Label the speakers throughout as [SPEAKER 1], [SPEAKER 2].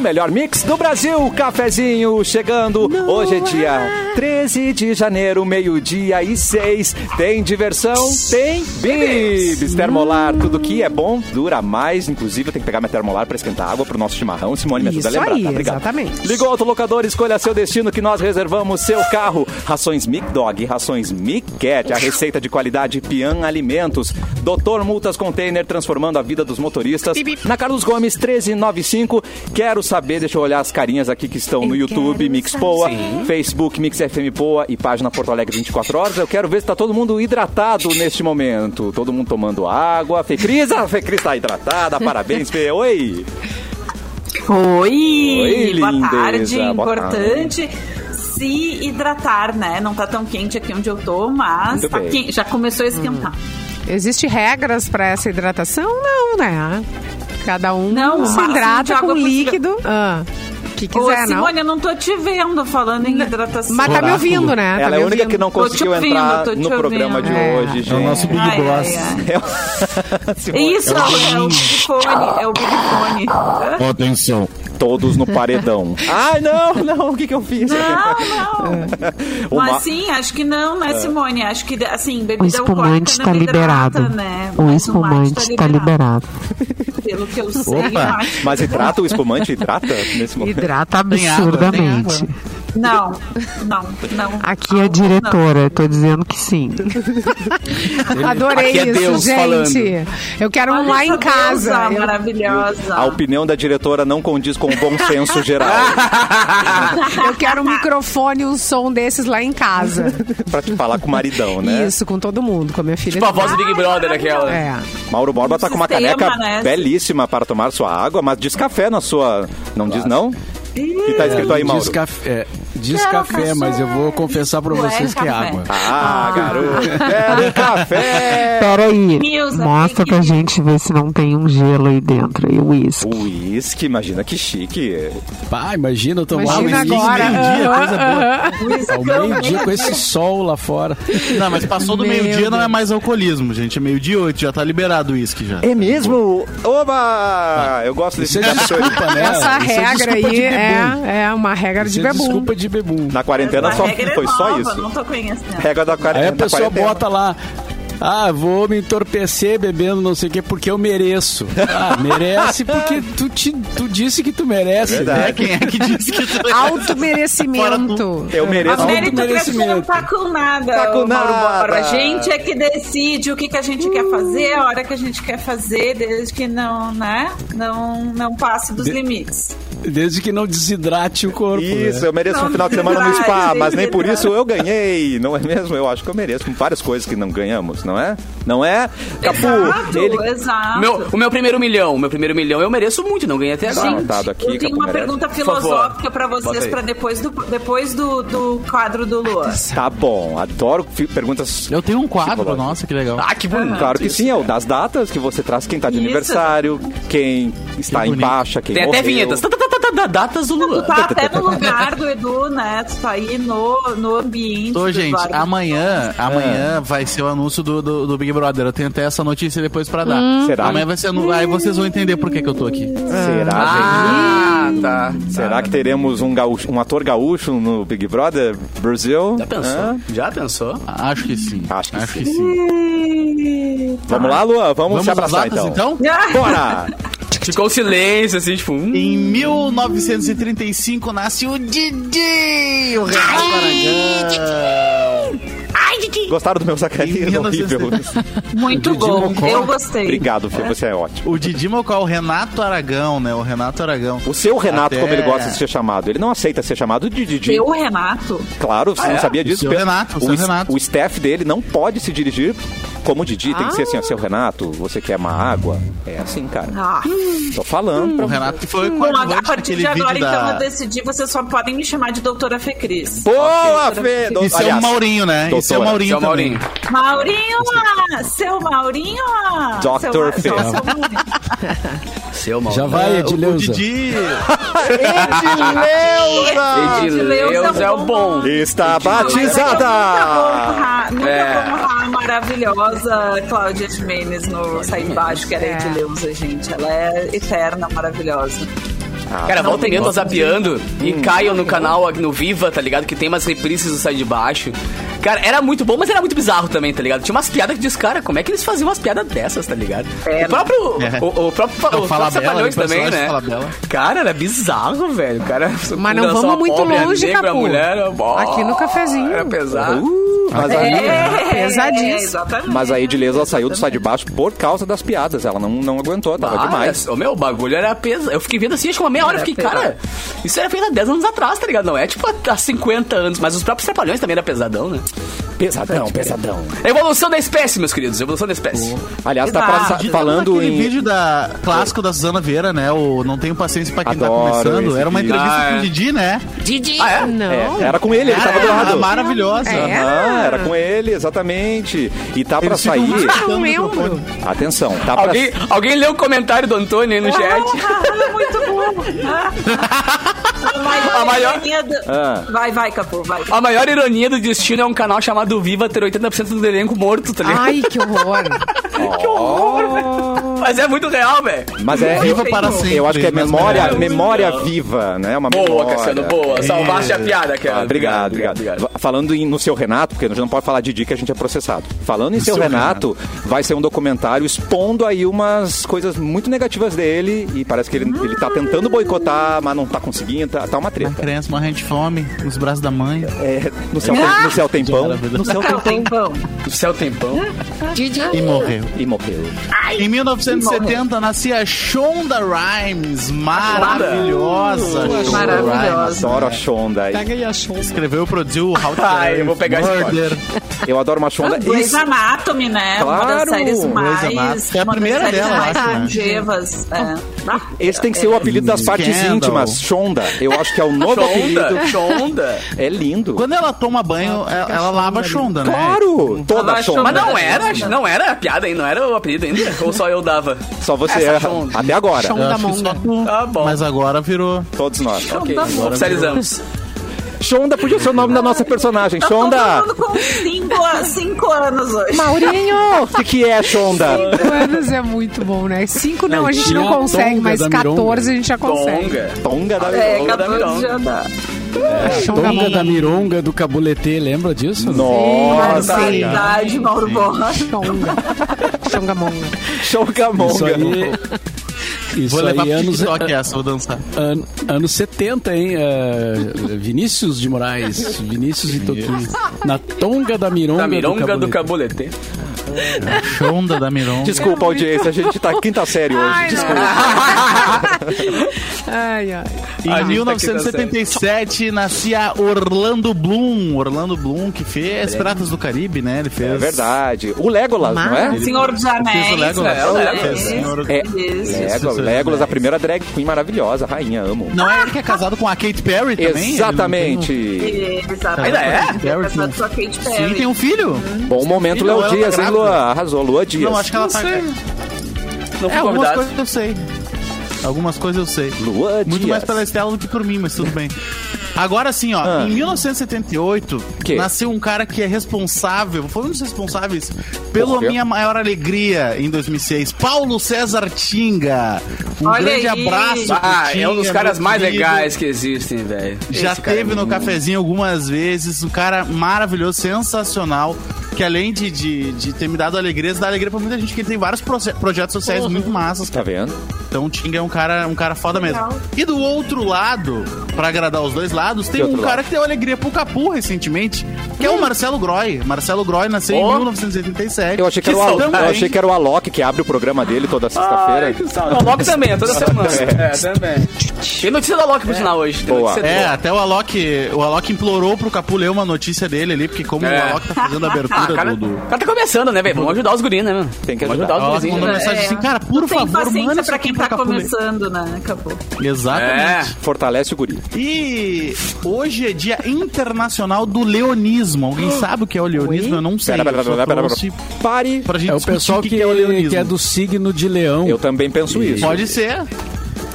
[SPEAKER 1] melhor mix do Brasil. Cafezinho chegando. Hoje é dia 13 de janeiro, meio-dia e seis. Tem diversão, tem bibis. Termolar, tudo que é bom dura mais. Inclusive, eu tenho que pegar minha termolar para esquentar água pro nosso chimarrão. Simone me ajuda
[SPEAKER 2] Isso
[SPEAKER 1] a lembrar.
[SPEAKER 2] aí,
[SPEAKER 1] tá? Obrigado.
[SPEAKER 2] exatamente.
[SPEAKER 1] Ligou autolocador, escolha seu destino que nós reservamos seu carro. Rações Mic Dog, rações Mic Cat, a receita de qualidade Pian Alimentos. Doutor Multas Container, transformando a vida dos motoristas. Na Carlos Gomes, 1395. Quero saber, deixa eu olhar as carinhas aqui que estão no
[SPEAKER 3] Eu
[SPEAKER 1] YouTube,
[SPEAKER 3] quero
[SPEAKER 1] Mix
[SPEAKER 3] saber.
[SPEAKER 1] Poa, Facebook, Mix FM Poa e página Porto Alegre 24 horas. Eu quero ver se tá todo mundo hidratado neste momento. Todo mundo tomando água. Fecris, a Fecris tá hidratada. Parabéns, Fê. Oi!
[SPEAKER 4] Oi,
[SPEAKER 1] Oi,
[SPEAKER 4] boa
[SPEAKER 1] lindeza,
[SPEAKER 4] tarde.
[SPEAKER 1] boa
[SPEAKER 4] Importante se hidratar, né? Não tá tão quente aqui onde eu tô, mas
[SPEAKER 1] Muito
[SPEAKER 4] tá
[SPEAKER 1] bem.
[SPEAKER 4] quente, já começou a esquentar.
[SPEAKER 2] Existem regras para essa hidratação? Não, né? Cada um
[SPEAKER 4] Não, assim,
[SPEAKER 2] se
[SPEAKER 4] máximo de
[SPEAKER 2] hidrata
[SPEAKER 4] água
[SPEAKER 2] com
[SPEAKER 4] possível.
[SPEAKER 2] líquido. Ah, que
[SPEAKER 4] Ô,
[SPEAKER 2] quiser, não.
[SPEAKER 4] Simone, eu não tô te vendo falando em hidratação.
[SPEAKER 2] Mas tá me
[SPEAKER 5] Oráculo.
[SPEAKER 2] ouvindo, né? Tá
[SPEAKER 1] Ela
[SPEAKER 2] me
[SPEAKER 1] é a única
[SPEAKER 2] ouvindo.
[SPEAKER 1] que não
[SPEAKER 4] Tô te
[SPEAKER 1] conseguiu
[SPEAKER 4] Ah, ouvindo,
[SPEAKER 1] entrar
[SPEAKER 4] tô te
[SPEAKER 1] no programa de
[SPEAKER 2] ouvindo. É.
[SPEAKER 1] hoje, gente.
[SPEAKER 5] É o nosso Big
[SPEAKER 4] Ai,
[SPEAKER 5] Boss.
[SPEAKER 4] ai, ai.
[SPEAKER 1] Simone,
[SPEAKER 4] Isso, é o Big Fone, é o Big Fone.
[SPEAKER 5] Atenção.
[SPEAKER 1] Todos no paredão. Ai, não, não, o que, que eu fiz?
[SPEAKER 4] Não, não.
[SPEAKER 1] Uma-
[SPEAKER 4] Ah, Mas sim, acho que não, né, Simone? Acho que, assim, bebida
[SPEAKER 6] O
[SPEAKER 4] alcoólica
[SPEAKER 6] espumante
[SPEAKER 4] não
[SPEAKER 6] tá
[SPEAKER 4] hidrata,
[SPEAKER 6] liberado.
[SPEAKER 4] Né?
[SPEAKER 6] O
[SPEAKER 4] Mas mate
[SPEAKER 6] espumante tá liberado.
[SPEAKER 4] Pelo que eu sei,
[SPEAKER 5] Opa.
[SPEAKER 4] mate-
[SPEAKER 1] Mas hidrata o espumante? Hidrata nesse momento?
[SPEAKER 2] Hidrata
[SPEAKER 6] Tem
[SPEAKER 2] absurdo.
[SPEAKER 6] água, tem Absurdamente. água.
[SPEAKER 4] Não, não, não.
[SPEAKER 6] Aqui é
[SPEAKER 4] Não,
[SPEAKER 6] a diretora, tô dizendo que sim.
[SPEAKER 2] Adorei
[SPEAKER 1] Aqui é
[SPEAKER 2] isso,
[SPEAKER 1] Deus
[SPEAKER 2] gente.
[SPEAKER 1] falando.
[SPEAKER 2] Eu quero
[SPEAKER 4] não.
[SPEAKER 2] um lá
[SPEAKER 4] Olha é
[SPEAKER 2] em
[SPEAKER 4] essa
[SPEAKER 2] casa.
[SPEAKER 4] deusa
[SPEAKER 2] Eu-
[SPEAKER 4] maravilhosa.
[SPEAKER 1] A opinião da diretora não condiz com o bom senso geral.
[SPEAKER 2] Eu quero um microfone e um som desses lá em casa.
[SPEAKER 1] pra te falar com o maridão, né?
[SPEAKER 2] Isso, com todo mundo, com a minha filha.
[SPEAKER 7] Tipo a voz do Big Brother, aquela.
[SPEAKER 2] É.
[SPEAKER 1] Mauro Borba tá com uma
[SPEAKER 4] Sistema,
[SPEAKER 1] caneca
[SPEAKER 4] né?
[SPEAKER 1] belíssima para tomar sua água, mas diz café na sua. Não diz não? O que tá escrito aí, Mauro?
[SPEAKER 5] Diz café, é, diz café mas eu vou confessar pra
[SPEAKER 4] Isso é
[SPEAKER 5] vocês que é
[SPEAKER 4] café.
[SPEAKER 5] água.
[SPEAKER 1] Ah, garoto, quero café!
[SPEAKER 6] Peraí,
[SPEAKER 4] Nilza,
[SPEAKER 6] mostra
[SPEAKER 4] tem
[SPEAKER 6] pra
[SPEAKER 4] que-
[SPEAKER 6] gente ver se não tem um gelo aí dentro. E uísque.
[SPEAKER 1] Uísque, imagina que chique.
[SPEAKER 5] Pá, imagina eu tomar um
[SPEAKER 2] Imagina
[SPEAKER 5] uísque
[SPEAKER 2] agora.
[SPEAKER 5] meio-dia,
[SPEAKER 1] Ah,
[SPEAKER 2] Aham,
[SPEAKER 5] coisa boa. Ao meio-dia com esse sol lá fora.
[SPEAKER 8] Não, mas passou do
[SPEAKER 2] Meu
[SPEAKER 8] meio-dia, não é
[SPEAKER 2] Deus.
[SPEAKER 8] mais alcoolismo, gente. É meio-dia e oito, já tá liberado o uísque já.
[SPEAKER 1] É mesmo? Oba! Eu gosto desse
[SPEAKER 5] Isso é
[SPEAKER 1] tipo de coisa.
[SPEAKER 5] desculpa, né?
[SPEAKER 2] Essa
[SPEAKER 5] Isso é
[SPEAKER 2] regra
[SPEAKER 5] desculpa
[SPEAKER 2] aí
[SPEAKER 5] de bebum.
[SPEAKER 2] é, é uma regra
[SPEAKER 5] Isso
[SPEAKER 2] de
[SPEAKER 5] é
[SPEAKER 2] bebum.
[SPEAKER 5] desculpa de bebum.
[SPEAKER 1] Na
[SPEAKER 4] Mas a
[SPEAKER 1] quarentena só
[SPEAKER 4] regra é
[SPEAKER 1] foi só
[SPEAKER 4] nova,
[SPEAKER 1] isso. É,
[SPEAKER 4] Não é? tô conhecendo.
[SPEAKER 1] Regra da quarentena.
[SPEAKER 5] Aí a
[SPEAKER 1] da
[SPEAKER 5] pessoa
[SPEAKER 1] quarentena.
[SPEAKER 5] bota lá. Ah, vou me entorpecer bebendo não sei o que porque eu mereço. Ah, merece porque tu, te, tu disse que tu merece.
[SPEAKER 1] Verdade.
[SPEAKER 8] É quem é que disse que
[SPEAKER 1] Ah,
[SPEAKER 8] tu é?
[SPEAKER 2] Automerecimento.
[SPEAKER 1] Eu mereço.
[SPEAKER 4] A
[SPEAKER 5] Alto
[SPEAKER 4] meritocracia não
[SPEAKER 5] merecimento.
[SPEAKER 4] tá com nada.
[SPEAKER 1] Tá com
[SPEAKER 4] ô, Mauro
[SPEAKER 1] nada.
[SPEAKER 4] Borba. A gente é que decide o que, que a gente quer fazer, a hora que a gente quer fazer, desde que não, né? Não, não passe dos limites.
[SPEAKER 5] Desde que não desidrate o corpo.
[SPEAKER 1] Isso,
[SPEAKER 5] né?
[SPEAKER 1] eu mereço um
[SPEAKER 4] Não,
[SPEAKER 1] final de semana no
[SPEAKER 4] verdade,
[SPEAKER 1] spa, mas nem por
[SPEAKER 4] verdade.
[SPEAKER 1] isso eu ganhei, não é mesmo? Eu acho que eu mereço várias coisas que não ganhamos, não é? Não é? Capu,
[SPEAKER 4] exato,
[SPEAKER 1] ele
[SPEAKER 4] exato.
[SPEAKER 7] Meu, o meu primeiro milhão, meu primeiro milhão, eu mereço muito, não ganhei até agora.
[SPEAKER 4] Gente,
[SPEAKER 1] dado tá aqui,
[SPEAKER 4] eu tenho
[SPEAKER 1] Capu
[SPEAKER 4] uma
[SPEAKER 1] merece.
[SPEAKER 4] pergunta
[SPEAKER 7] favor,
[SPEAKER 4] filosófica pra
[SPEAKER 7] bota
[SPEAKER 4] vocês
[SPEAKER 7] aí.
[SPEAKER 4] pra depois do, depois do, do quadro do Lua.
[SPEAKER 1] tá bom, adoro fi- perguntas.
[SPEAKER 8] Eu tenho um quadro,
[SPEAKER 1] Psicológico.
[SPEAKER 8] nossa, que legal.
[SPEAKER 7] Ah, que bonito.
[SPEAKER 1] Claro que sim, é o das datas que você traz quem tá de
[SPEAKER 4] Isso.
[SPEAKER 1] aniversário, quem está em
[SPEAKER 8] bonito.
[SPEAKER 1] baixa, quem
[SPEAKER 7] Tem até
[SPEAKER 1] morreu.
[SPEAKER 7] vinhetas. Tá, tá, tá, tá, tá, Datas do
[SPEAKER 4] Tu
[SPEAKER 7] Luan.
[SPEAKER 4] tá até no lugar do Edu, né? Tu tá aí no, no ambiente.
[SPEAKER 8] Tô,
[SPEAKER 4] do
[SPEAKER 8] gente,
[SPEAKER 4] Eduardo.
[SPEAKER 8] amanhã,
[SPEAKER 1] Ah.
[SPEAKER 8] amanhã vai ser o anúncio do, do, do Big Brother. Eu tenho até essa notícia depois pra dar.
[SPEAKER 1] Hum. Será?
[SPEAKER 8] Amanhã vai ser no... Aí vocês vão entender por que, que eu tô aqui.
[SPEAKER 1] Será, gente?
[SPEAKER 7] Ah, tá.
[SPEAKER 1] Será que teremos um, gaúcho, um ator gaúcho no Big Brother Brasil?
[SPEAKER 7] Já pensou?
[SPEAKER 1] Hã?
[SPEAKER 7] Já pensou?
[SPEAKER 8] Acho que sim.
[SPEAKER 1] Acho que sim.
[SPEAKER 8] sim.
[SPEAKER 1] Vamos lá, Luan, vamos,
[SPEAKER 8] Vamos
[SPEAKER 1] se
[SPEAKER 8] às
[SPEAKER 1] abraçar
[SPEAKER 8] datas,
[SPEAKER 1] então.
[SPEAKER 8] então?
[SPEAKER 1] Bora!
[SPEAKER 7] Ficou o silêncio, assim, tipo... hum.
[SPEAKER 8] Em 1935 nasce o Didi, o Renato Aragão.
[SPEAKER 1] Gostaram do meu sacarinho horrível?
[SPEAKER 4] Muito bom.
[SPEAKER 5] Mocó.
[SPEAKER 4] Eu gostei.
[SPEAKER 1] Obrigado, Fê, você é ótimo.
[SPEAKER 8] O Didi Mocó, o Renato Aragão, né? O Renato Aragão.
[SPEAKER 1] O seu Renato,
[SPEAKER 8] Até-
[SPEAKER 1] como ele gosta de ser chamado, ele não aceita ser chamado de Didi.
[SPEAKER 4] Eu, Renato.
[SPEAKER 1] Claro, você não sabia disso.
[SPEAKER 8] seu
[SPEAKER 1] Pe-
[SPEAKER 8] Renato, Ah, é? o seu
[SPEAKER 1] es-
[SPEAKER 8] Renato.
[SPEAKER 1] o staff dele não pode se dirigir como Didi. Tem que ser assim, ó, seu Renato, você quer uma água? É assim, cara.
[SPEAKER 4] Ah.
[SPEAKER 8] Hum,
[SPEAKER 1] Tô falando.
[SPEAKER 8] O
[SPEAKER 1] pra-
[SPEAKER 8] Renato que foi
[SPEAKER 4] Bom, a,
[SPEAKER 8] coadjuvante
[SPEAKER 4] a partir de
[SPEAKER 8] naquele
[SPEAKER 4] agora,
[SPEAKER 8] vídeo
[SPEAKER 4] então,
[SPEAKER 8] da...
[SPEAKER 4] eu decidi, vocês só podem me chamar de doutora Fecris.
[SPEAKER 1] Boa,
[SPEAKER 4] Ok,
[SPEAKER 1] Fê!
[SPEAKER 8] Isso é o
[SPEAKER 1] Então, Aliás,
[SPEAKER 8] Maurinho, né? Isso é
[SPEAKER 1] doutora,
[SPEAKER 8] o Maurinho
[SPEAKER 7] Seu
[SPEAKER 8] também.
[SPEAKER 7] Maurinho.
[SPEAKER 4] Maurinho! Seu Maurinho!
[SPEAKER 1] Dr.
[SPEAKER 4] Seu-
[SPEAKER 1] Fê.
[SPEAKER 4] só seu Maurinho.
[SPEAKER 7] Seu
[SPEAKER 5] Já
[SPEAKER 7] Maurinho.
[SPEAKER 5] vai,
[SPEAKER 8] O
[SPEAKER 5] Edileuza.
[SPEAKER 8] Didi...
[SPEAKER 7] Já... Edileus
[SPEAKER 4] tá
[SPEAKER 7] é o bom.
[SPEAKER 1] Está batizada!
[SPEAKER 4] Nunca vou honrar, nunca
[SPEAKER 7] É.
[SPEAKER 4] vou honrar a maravilhosa Cláudia Jimenez no Sai Embaixo, que era
[SPEAKER 2] É.
[SPEAKER 4] Edileuza, gente. Ela é eterna, maravilhosa.
[SPEAKER 7] Cara, volta e meia, eu tô zapeando e caiam no canal aqui no Viva, tá ligado? Que tem umas reprises do Sai de Baixo. Cara, era muito bom, mas era muito bizarro também, tá ligado? Tinha umas piadas que diz, cara, como é que eles faziam umas piadas dessas, tá ligado? o próprio.
[SPEAKER 2] né?
[SPEAKER 8] É.
[SPEAKER 7] O, o próprio.
[SPEAKER 8] É o
[SPEAKER 7] o
[SPEAKER 8] Fala Bela,
[SPEAKER 7] próprio Trapalhões
[SPEAKER 8] o personagem
[SPEAKER 7] também, né?
[SPEAKER 8] Fala Bela.
[SPEAKER 7] Cara, era bizarro, velho. Cara,
[SPEAKER 2] Mas não
[SPEAKER 7] dançar
[SPEAKER 2] vamos
[SPEAKER 7] uma
[SPEAKER 2] muito
[SPEAKER 7] pobre, a
[SPEAKER 2] longe,
[SPEAKER 7] negra, a
[SPEAKER 2] Capu.
[SPEAKER 7] mulher, era- ó,
[SPEAKER 2] Aqui no cafezinho.
[SPEAKER 7] Era pesado.
[SPEAKER 1] Uh, mas
[SPEAKER 8] É.
[SPEAKER 4] É.
[SPEAKER 1] aí,
[SPEAKER 2] Pesadíssimo.
[SPEAKER 4] exatamente.
[SPEAKER 1] mas aí de Lesa saiu do sai de baixo por causa das piadas. Ela não, não aguentou, tava
[SPEAKER 7] Ah,
[SPEAKER 1] é demais. É,
[SPEAKER 7] era- meu, o bagulho era pesado. Eu fiquei vendo assim, acho que uma meia hora eu fiquei, cara, isso era feito há 10 anos atrás, tá ligado? Não é tipo há 50 anos, mas os próprios trapalhões também era pesadão, né?
[SPEAKER 1] Pesadão, pesadão.
[SPEAKER 7] Evolução da espécie, meus queridos, evolução da espécie.
[SPEAKER 1] Aliás, tá pra-
[SPEAKER 4] Exato.
[SPEAKER 1] falando
[SPEAKER 8] Aquele
[SPEAKER 1] em.
[SPEAKER 8] vídeo da clássico da Suzana Vieira, né? O Não Tenho Paciência pra Quem
[SPEAKER 1] Adoro
[SPEAKER 8] Tá Começando.
[SPEAKER 1] esse
[SPEAKER 8] Era uma
[SPEAKER 1] vídeo.
[SPEAKER 8] entrevista
[SPEAKER 7] Ah,
[SPEAKER 8] com
[SPEAKER 7] é.
[SPEAKER 8] o Didi, né?
[SPEAKER 2] Didi.
[SPEAKER 7] Ah, é?
[SPEAKER 2] Não.
[SPEAKER 1] É, era com ele, ele tava do
[SPEAKER 8] Era
[SPEAKER 1] lado.
[SPEAKER 8] maravilhosa.
[SPEAKER 2] É.
[SPEAKER 1] Ah, era com ele, exatamente. E tá pra
[SPEAKER 8] Eles ficam
[SPEAKER 1] sair.
[SPEAKER 8] muito-
[SPEAKER 4] Ah, um
[SPEAKER 2] Não lembro.
[SPEAKER 1] Atenção, tá pra
[SPEAKER 7] Alguém, alguém leu o comentário do Antônio aí no chat?
[SPEAKER 4] é muito bom.
[SPEAKER 7] A maior-
[SPEAKER 4] ironia do-
[SPEAKER 1] Ah.
[SPEAKER 4] Vai, vai, Capô, vai.
[SPEAKER 7] A maior ironia do destino é um canal chamado Viva ter 80% do elenco morto, tá ligado?
[SPEAKER 2] Ai, que horror.
[SPEAKER 7] que horror, velho. Mas é muito real, velho.
[SPEAKER 1] Mas é.
[SPEAKER 8] Viva
[SPEAKER 1] eu-
[SPEAKER 8] para
[SPEAKER 1] eu,
[SPEAKER 8] sempre.
[SPEAKER 1] acho que é
[SPEAKER 8] mas
[SPEAKER 1] memória,
[SPEAKER 8] merece.
[SPEAKER 1] memória viva, né? Uma
[SPEAKER 7] Boa,
[SPEAKER 1] memória.
[SPEAKER 7] Cassiano, boa. Salvaste a piada, cara.
[SPEAKER 1] Ah, obrigado, obrigado, Va- Falando em- no seu Renato, porque a gente não pode falar de Didi que a gente é processado. Falando em seu,
[SPEAKER 8] Seu
[SPEAKER 1] Renato, vai ser um documentário expondo aí umas coisas muito negativas dele e parece que ele, ele tá tentando boicotar, mas não tá conseguindo, tá, tá uma
[SPEAKER 8] Uma
[SPEAKER 1] treta.
[SPEAKER 8] criança morrendo de fome, nos braços da mãe.
[SPEAKER 1] É, no, céu tem, no céu tem pão
[SPEAKER 8] Maravilhoso.
[SPEAKER 4] Não, tem pão.
[SPEAKER 7] Do céu tempão.
[SPEAKER 8] E morreu.
[SPEAKER 1] e morreu.
[SPEAKER 8] Em 1970 nascia Shonda Rhimes, maravilhosa. Shonda
[SPEAKER 4] Uh, Maravilhosa.
[SPEAKER 8] Rhimes.
[SPEAKER 1] Adoro a Shonda. aí.
[SPEAKER 5] Pega e achou.
[SPEAKER 8] Escreveu e produziu o How to
[SPEAKER 7] Ai,
[SPEAKER 8] Serve,
[SPEAKER 7] eu vou pegar esse
[SPEAKER 8] Murder.
[SPEAKER 1] Eu adoro uma Shonda.
[SPEAKER 4] Grey's
[SPEAKER 1] Isso-
[SPEAKER 4] Anatomy, né? uma das
[SPEAKER 1] Claro,
[SPEAKER 4] séries
[SPEAKER 1] Grey's
[SPEAKER 4] mais.
[SPEAKER 8] Anatomy. É a
[SPEAKER 4] uma das
[SPEAKER 8] primeira
[SPEAKER 4] séries
[SPEAKER 8] dela, eu
[SPEAKER 4] mais
[SPEAKER 8] acho, né?
[SPEAKER 4] longevas, é. Ah,
[SPEAKER 1] Esse tem que ser o apelido das partes
[SPEAKER 8] Scandal.
[SPEAKER 1] íntimas, Shonda. Eu acho que é o novo apelido.
[SPEAKER 7] Chonda, chonda.
[SPEAKER 1] É lindo.
[SPEAKER 8] Quando ela toma banho, ela, ela
[SPEAKER 7] um
[SPEAKER 8] lava a Shonda, né?
[SPEAKER 1] Claro! Toda
[SPEAKER 4] Ela
[SPEAKER 1] Shonda.
[SPEAKER 7] Mas não é, era,
[SPEAKER 4] Chonda.
[SPEAKER 7] não era a piada aí, não era o apelido ainda. Ou só eu dava.
[SPEAKER 1] Só você
[SPEAKER 7] Essa
[SPEAKER 1] erra.
[SPEAKER 7] Shonda.
[SPEAKER 1] Até agora.
[SPEAKER 8] Eu acho
[SPEAKER 2] Shonda
[SPEAKER 8] que só
[SPEAKER 2] Monga.
[SPEAKER 8] tu.
[SPEAKER 7] Tá bom.
[SPEAKER 8] Mas agora virou.
[SPEAKER 1] Todos nós.
[SPEAKER 7] Ok,
[SPEAKER 4] bom.
[SPEAKER 7] oficializamos.
[SPEAKER 1] Shonda podia ser o nome da nossa personagem.
[SPEAKER 4] tá
[SPEAKER 1] Shonda!
[SPEAKER 4] todo mundo com cinco, a- cinco anos hoje.
[SPEAKER 1] Maurinho! O que, que é, Shonda?
[SPEAKER 2] Cinco Um anos é muito bom, né? Cinco não,
[SPEAKER 5] Não,
[SPEAKER 2] a gente
[SPEAKER 5] tinha
[SPEAKER 2] não
[SPEAKER 5] a
[SPEAKER 2] consegue,
[SPEAKER 5] Tonga
[SPEAKER 2] mas
[SPEAKER 5] da Mironga.
[SPEAKER 2] 14 a gente já consegue.
[SPEAKER 7] Tonga.
[SPEAKER 1] Tonga da
[SPEAKER 4] É,
[SPEAKER 1] Mironga.
[SPEAKER 7] da
[SPEAKER 4] acabou de
[SPEAKER 7] Mironga.
[SPEAKER 4] andar.
[SPEAKER 5] É, Tonga da Mironga, do Cabuletê, lembra disso?
[SPEAKER 1] Nossa!
[SPEAKER 4] Sim,
[SPEAKER 2] cara.
[SPEAKER 4] idade, Mauro Borra.
[SPEAKER 2] Chonga. Chonga monga.
[SPEAKER 5] Isso
[SPEAKER 1] Shongamonga.
[SPEAKER 5] aí... Isso
[SPEAKER 8] Vou levar
[SPEAKER 5] aí,
[SPEAKER 8] pro
[SPEAKER 5] anos,
[SPEAKER 8] TikTok
[SPEAKER 7] é-
[SPEAKER 8] essa, vou dançar.
[SPEAKER 5] Ano, anos 70, hein? Ah, Vinícius de Moraes. Vinícius e Toquinho. Na tonga da Mironga.
[SPEAKER 7] Da mironga do
[SPEAKER 5] Cabulete.
[SPEAKER 7] cabulete.
[SPEAKER 8] Shonda da Miron.
[SPEAKER 1] Desculpa, audiência. A gente tá quinta série hoje.
[SPEAKER 2] Ai,
[SPEAKER 1] Desculpa.
[SPEAKER 2] não. Ai, ai.
[SPEAKER 7] A gente
[SPEAKER 8] Em
[SPEAKER 7] tá
[SPEAKER 8] 1977 nascia Orlando Bloom. Orlando Bloom que fez Pratas do Caribe, né? Ele fez.
[SPEAKER 1] É verdade. O Legolas, não é?
[SPEAKER 2] Mas-
[SPEAKER 4] Senhor dos
[SPEAKER 8] Fez o
[SPEAKER 4] Anéis.
[SPEAKER 8] Legolas.
[SPEAKER 4] né?
[SPEAKER 7] É, o Legolas.
[SPEAKER 4] Isso,
[SPEAKER 8] Senhor-
[SPEAKER 1] É.
[SPEAKER 4] isso.
[SPEAKER 1] Legolas, Legolas, a primeira drag queen maravilhosa. Rainha, amo.
[SPEAKER 8] Não é ele que é casado com a Kate Perry também?
[SPEAKER 1] Exatamente.
[SPEAKER 4] Exatamente.
[SPEAKER 7] Ainda é?
[SPEAKER 8] Perry,
[SPEAKER 4] Essa
[SPEAKER 8] tem-
[SPEAKER 4] sua Kate
[SPEAKER 8] Ele
[SPEAKER 4] Perry.
[SPEAKER 8] não tem um- Sim, tem um filho.
[SPEAKER 1] Bom momento,
[SPEAKER 8] Ih, não,
[SPEAKER 1] Léo
[SPEAKER 8] ela tá
[SPEAKER 1] Dias, hein,
[SPEAKER 8] grávida.
[SPEAKER 1] Lua? Arrasou, Lua Dias.
[SPEAKER 8] Não, acho que ela tá.
[SPEAKER 7] Não
[SPEAKER 8] É,
[SPEAKER 7] fui
[SPEAKER 8] algumas
[SPEAKER 7] convidado.
[SPEAKER 8] coisas eu sei. Algumas coisas eu sei.
[SPEAKER 1] Lua
[SPEAKER 8] Muito
[SPEAKER 1] Dias.
[SPEAKER 8] mais pela Estela do que por mim, mas tudo bem. Agora sim, ó.
[SPEAKER 1] Ah.
[SPEAKER 8] Em 1978,
[SPEAKER 1] Que?
[SPEAKER 8] nasceu um cara que é responsável, foi um dos responsáveis pela
[SPEAKER 1] Por quê?
[SPEAKER 8] minha maior alegria em 2006. Paulo César Tinga. Um
[SPEAKER 4] Olha
[SPEAKER 8] grande
[SPEAKER 4] aí.
[SPEAKER 8] abraço. pro
[SPEAKER 7] Ah, é um dos
[SPEAKER 8] Tinga,
[SPEAKER 7] caras
[SPEAKER 8] meu
[SPEAKER 7] mais
[SPEAKER 8] querido.
[SPEAKER 7] legais que existem, velho.
[SPEAKER 8] Já
[SPEAKER 7] Esse cara
[SPEAKER 8] teve
[SPEAKER 7] é
[SPEAKER 8] no
[SPEAKER 7] muito-
[SPEAKER 8] cafezinho algumas vezes. Um cara maravilhoso, sensacional. Que além de, de, de ter me dado alegrias, dá alegria pra muita gente, que ele tem vários proce- projetos sociais muito massas,
[SPEAKER 1] Tá vendo?
[SPEAKER 8] então o Tinga é um cara, um cara foda mesmo.
[SPEAKER 4] Legal.
[SPEAKER 8] E do outro lado, pra agradar os dois lados, tem
[SPEAKER 1] Que
[SPEAKER 8] um
[SPEAKER 1] outro
[SPEAKER 8] cara
[SPEAKER 1] lado?
[SPEAKER 8] que deu alegria pro Capu recentemente, que é
[SPEAKER 4] Hum.
[SPEAKER 8] o Marcelo Groy. Marcelo Groy nasceu
[SPEAKER 7] Ó.
[SPEAKER 8] em 1987.
[SPEAKER 1] Eu achei que, era o Alok,
[SPEAKER 8] também-
[SPEAKER 1] eu achei que era o Alok que abre o programa dele toda
[SPEAKER 7] Ai,
[SPEAKER 1] sexta-feira.
[SPEAKER 7] que saudade. O Loki também, toda semana. É, também. Tem notícia da Loki por sinal hoje. Tem
[SPEAKER 1] Boa.
[SPEAKER 7] notícia
[SPEAKER 8] É,
[SPEAKER 7] boa.
[SPEAKER 8] até o Alok, o Alok implorou pro Capu ler uma notícia dele ali, porque como
[SPEAKER 7] É.
[SPEAKER 8] o Alok tá fazendo a
[SPEAKER 7] Ah,
[SPEAKER 8] abertura
[SPEAKER 7] cara,
[SPEAKER 8] do... do...
[SPEAKER 7] o cara tá começando, né, velho? Vamos ajudar os guris, né, mano?
[SPEAKER 1] Tem que
[SPEAKER 7] Vamos
[SPEAKER 1] ajudar.
[SPEAKER 8] O
[SPEAKER 7] ajudar os
[SPEAKER 8] Alok mandou
[SPEAKER 7] gurizinhos. né?
[SPEAKER 8] mensagem assim, cara, por
[SPEAKER 4] Não tá É. tem
[SPEAKER 8] favor, manda
[SPEAKER 4] paciência
[SPEAKER 8] isso
[SPEAKER 4] pra
[SPEAKER 8] aqui
[SPEAKER 4] quem
[SPEAKER 8] pro
[SPEAKER 4] tá
[SPEAKER 8] Capu ler.
[SPEAKER 4] começando, né? Acabou.
[SPEAKER 8] Exatamente.
[SPEAKER 7] É.
[SPEAKER 1] Fortalece o guri.
[SPEAKER 8] E hoje é dia internacional do leonismo. Alguém sabe o que é o leonismo? Eu não sei.
[SPEAKER 1] Pera, pera,
[SPEAKER 8] eu só
[SPEAKER 1] pera, pera,
[SPEAKER 8] trouxe
[SPEAKER 1] pera. Pare.
[SPEAKER 8] pra gente
[SPEAKER 5] É o
[SPEAKER 8] discutir
[SPEAKER 5] pessoal que,
[SPEAKER 8] é o leonismo.
[SPEAKER 5] que é do signo de leão.
[SPEAKER 1] Eu também penso isso.
[SPEAKER 8] Pode ser.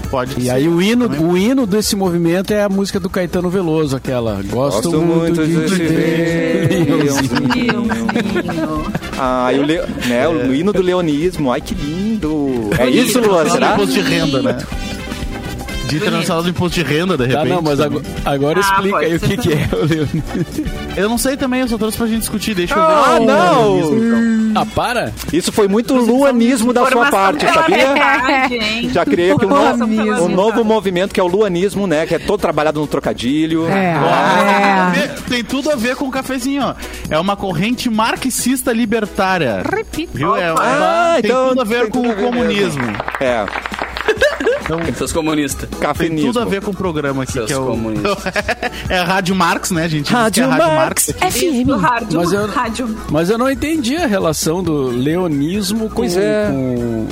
[SPEAKER 8] Pode
[SPEAKER 5] E
[SPEAKER 8] ser.
[SPEAKER 5] aí o hino, o hino desse movimento é a música do Caetano Veloso, aquela. Gosto,
[SPEAKER 1] Gosto
[SPEAKER 5] muito, de te ver.
[SPEAKER 1] Ah, e o, le... né, o hino do leonismo. Ai, que lindo. É isso,
[SPEAKER 8] Lua,
[SPEAKER 1] Luan, será?
[SPEAKER 8] de renda, né? Dia Internacional do Imposto de Renda, de
[SPEAKER 5] Tá,
[SPEAKER 8] repente.
[SPEAKER 5] não, mas
[SPEAKER 8] também.
[SPEAKER 5] agora, agora
[SPEAKER 4] Ah,
[SPEAKER 5] explica aí
[SPEAKER 4] pode
[SPEAKER 5] o que,
[SPEAKER 4] ser
[SPEAKER 5] que é, ô, Leonir.
[SPEAKER 8] Eu não sei também, eu só trouxe pra gente discutir. Deixa eu ver. então.
[SPEAKER 1] Ah,
[SPEAKER 8] aqui.
[SPEAKER 1] não!
[SPEAKER 5] Ah, para!
[SPEAKER 1] Isso foi muito luanismo da sua parte,
[SPEAKER 4] é
[SPEAKER 1] sabia?
[SPEAKER 8] É.
[SPEAKER 1] Já criei aqui um novo,
[SPEAKER 4] Luanismo.
[SPEAKER 1] um novo movimento que é o luanismo, né? Que é todo trabalhado no trocadilho.
[SPEAKER 2] É.
[SPEAKER 8] Ah,
[SPEAKER 2] é.
[SPEAKER 8] tem tudo a ver- Tem tudo a ver com o cafezinho, ó. É uma corrente marxista libertária.
[SPEAKER 2] Repito.
[SPEAKER 8] Viu? É,
[SPEAKER 1] Ah,
[SPEAKER 8] é- tem
[SPEAKER 1] então
[SPEAKER 8] tudo a ver
[SPEAKER 1] tem
[SPEAKER 8] com
[SPEAKER 1] tudo a
[SPEAKER 8] o
[SPEAKER 1] ver
[SPEAKER 8] comunismo.
[SPEAKER 1] É,
[SPEAKER 7] Seus comunistas.
[SPEAKER 8] Tem
[SPEAKER 1] cafenismo.
[SPEAKER 8] tudo a ver com o programa aqui,
[SPEAKER 7] Seus
[SPEAKER 8] que é o.
[SPEAKER 7] comunistas.
[SPEAKER 8] é a Rádio Marx, né, gente? Diz que
[SPEAKER 1] Rádio
[SPEAKER 8] é a Rádio
[SPEAKER 1] Marx.
[SPEAKER 8] Marx.
[SPEAKER 4] FM. Rádio,
[SPEAKER 5] Mas eu-
[SPEAKER 4] rádio.
[SPEAKER 5] Mas eu não entendi a relação do leonismo com.
[SPEAKER 1] Pois é.
[SPEAKER 5] com-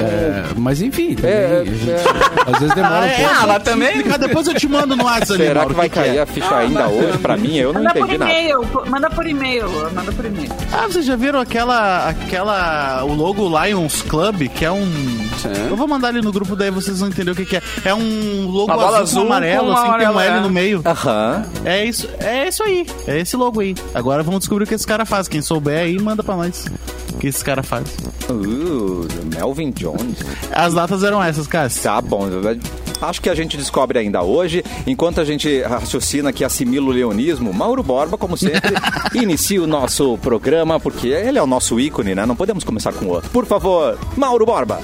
[SPEAKER 5] é, mas enfim, também, a gente- às vezes demora
[SPEAKER 4] é?
[SPEAKER 5] um pouco.
[SPEAKER 7] Ah, mas também.
[SPEAKER 8] Explicar, Depois eu te mando no WhatsApp. ali,
[SPEAKER 1] Será
[SPEAKER 8] Mauro,
[SPEAKER 1] que vai
[SPEAKER 8] o é.
[SPEAKER 1] cair a ficha ainda hoje? Pra mim, eu não
[SPEAKER 4] Manda por
[SPEAKER 1] entendi nada.
[SPEAKER 4] e-mail, pô, manda por e-mail, Lua, manda por e-mail.
[SPEAKER 8] Ah, vocês já viram aquela, aquela, o logo Lions Club, que é um... Eu vou mandar ali no grupo, daí vocês vão entender o que, que é. É um logo
[SPEAKER 7] Uma bola
[SPEAKER 8] azul,
[SPEAKER 7] azul
[SPEAKER 8] com amarelo,
[SPEAKER 7] com
[SPEAKER 8] assim, que tem um
[SPEAKER 7] amarelo,
[SPEAKER 8] L
[SPEAKER 7] é.
[SPEAKER 8] no meio.
[SPEAKER 1] Aham.
[SPEAKER 8] É isso, é isso aí, é esse logo aí. Agora vamos descobrir o que esse cara faz. Quem souber aí, manda pra nós o que esse cara faz.
[SPEAKER 1] Uh, Melvin Jones.
[SPEAKER 8] As datas eram essas, cara.
[SPEAKER 1] Tá bom. Acho que a gente descobre ainda hoje. Enquanto a gente raciocina que assimila o leonismo, Mauro Borba, como sempre, inicia o nosso programa, porque ele é o nosso ícone, né? Não podemos começar com outro. Por favor, Mauro Borba.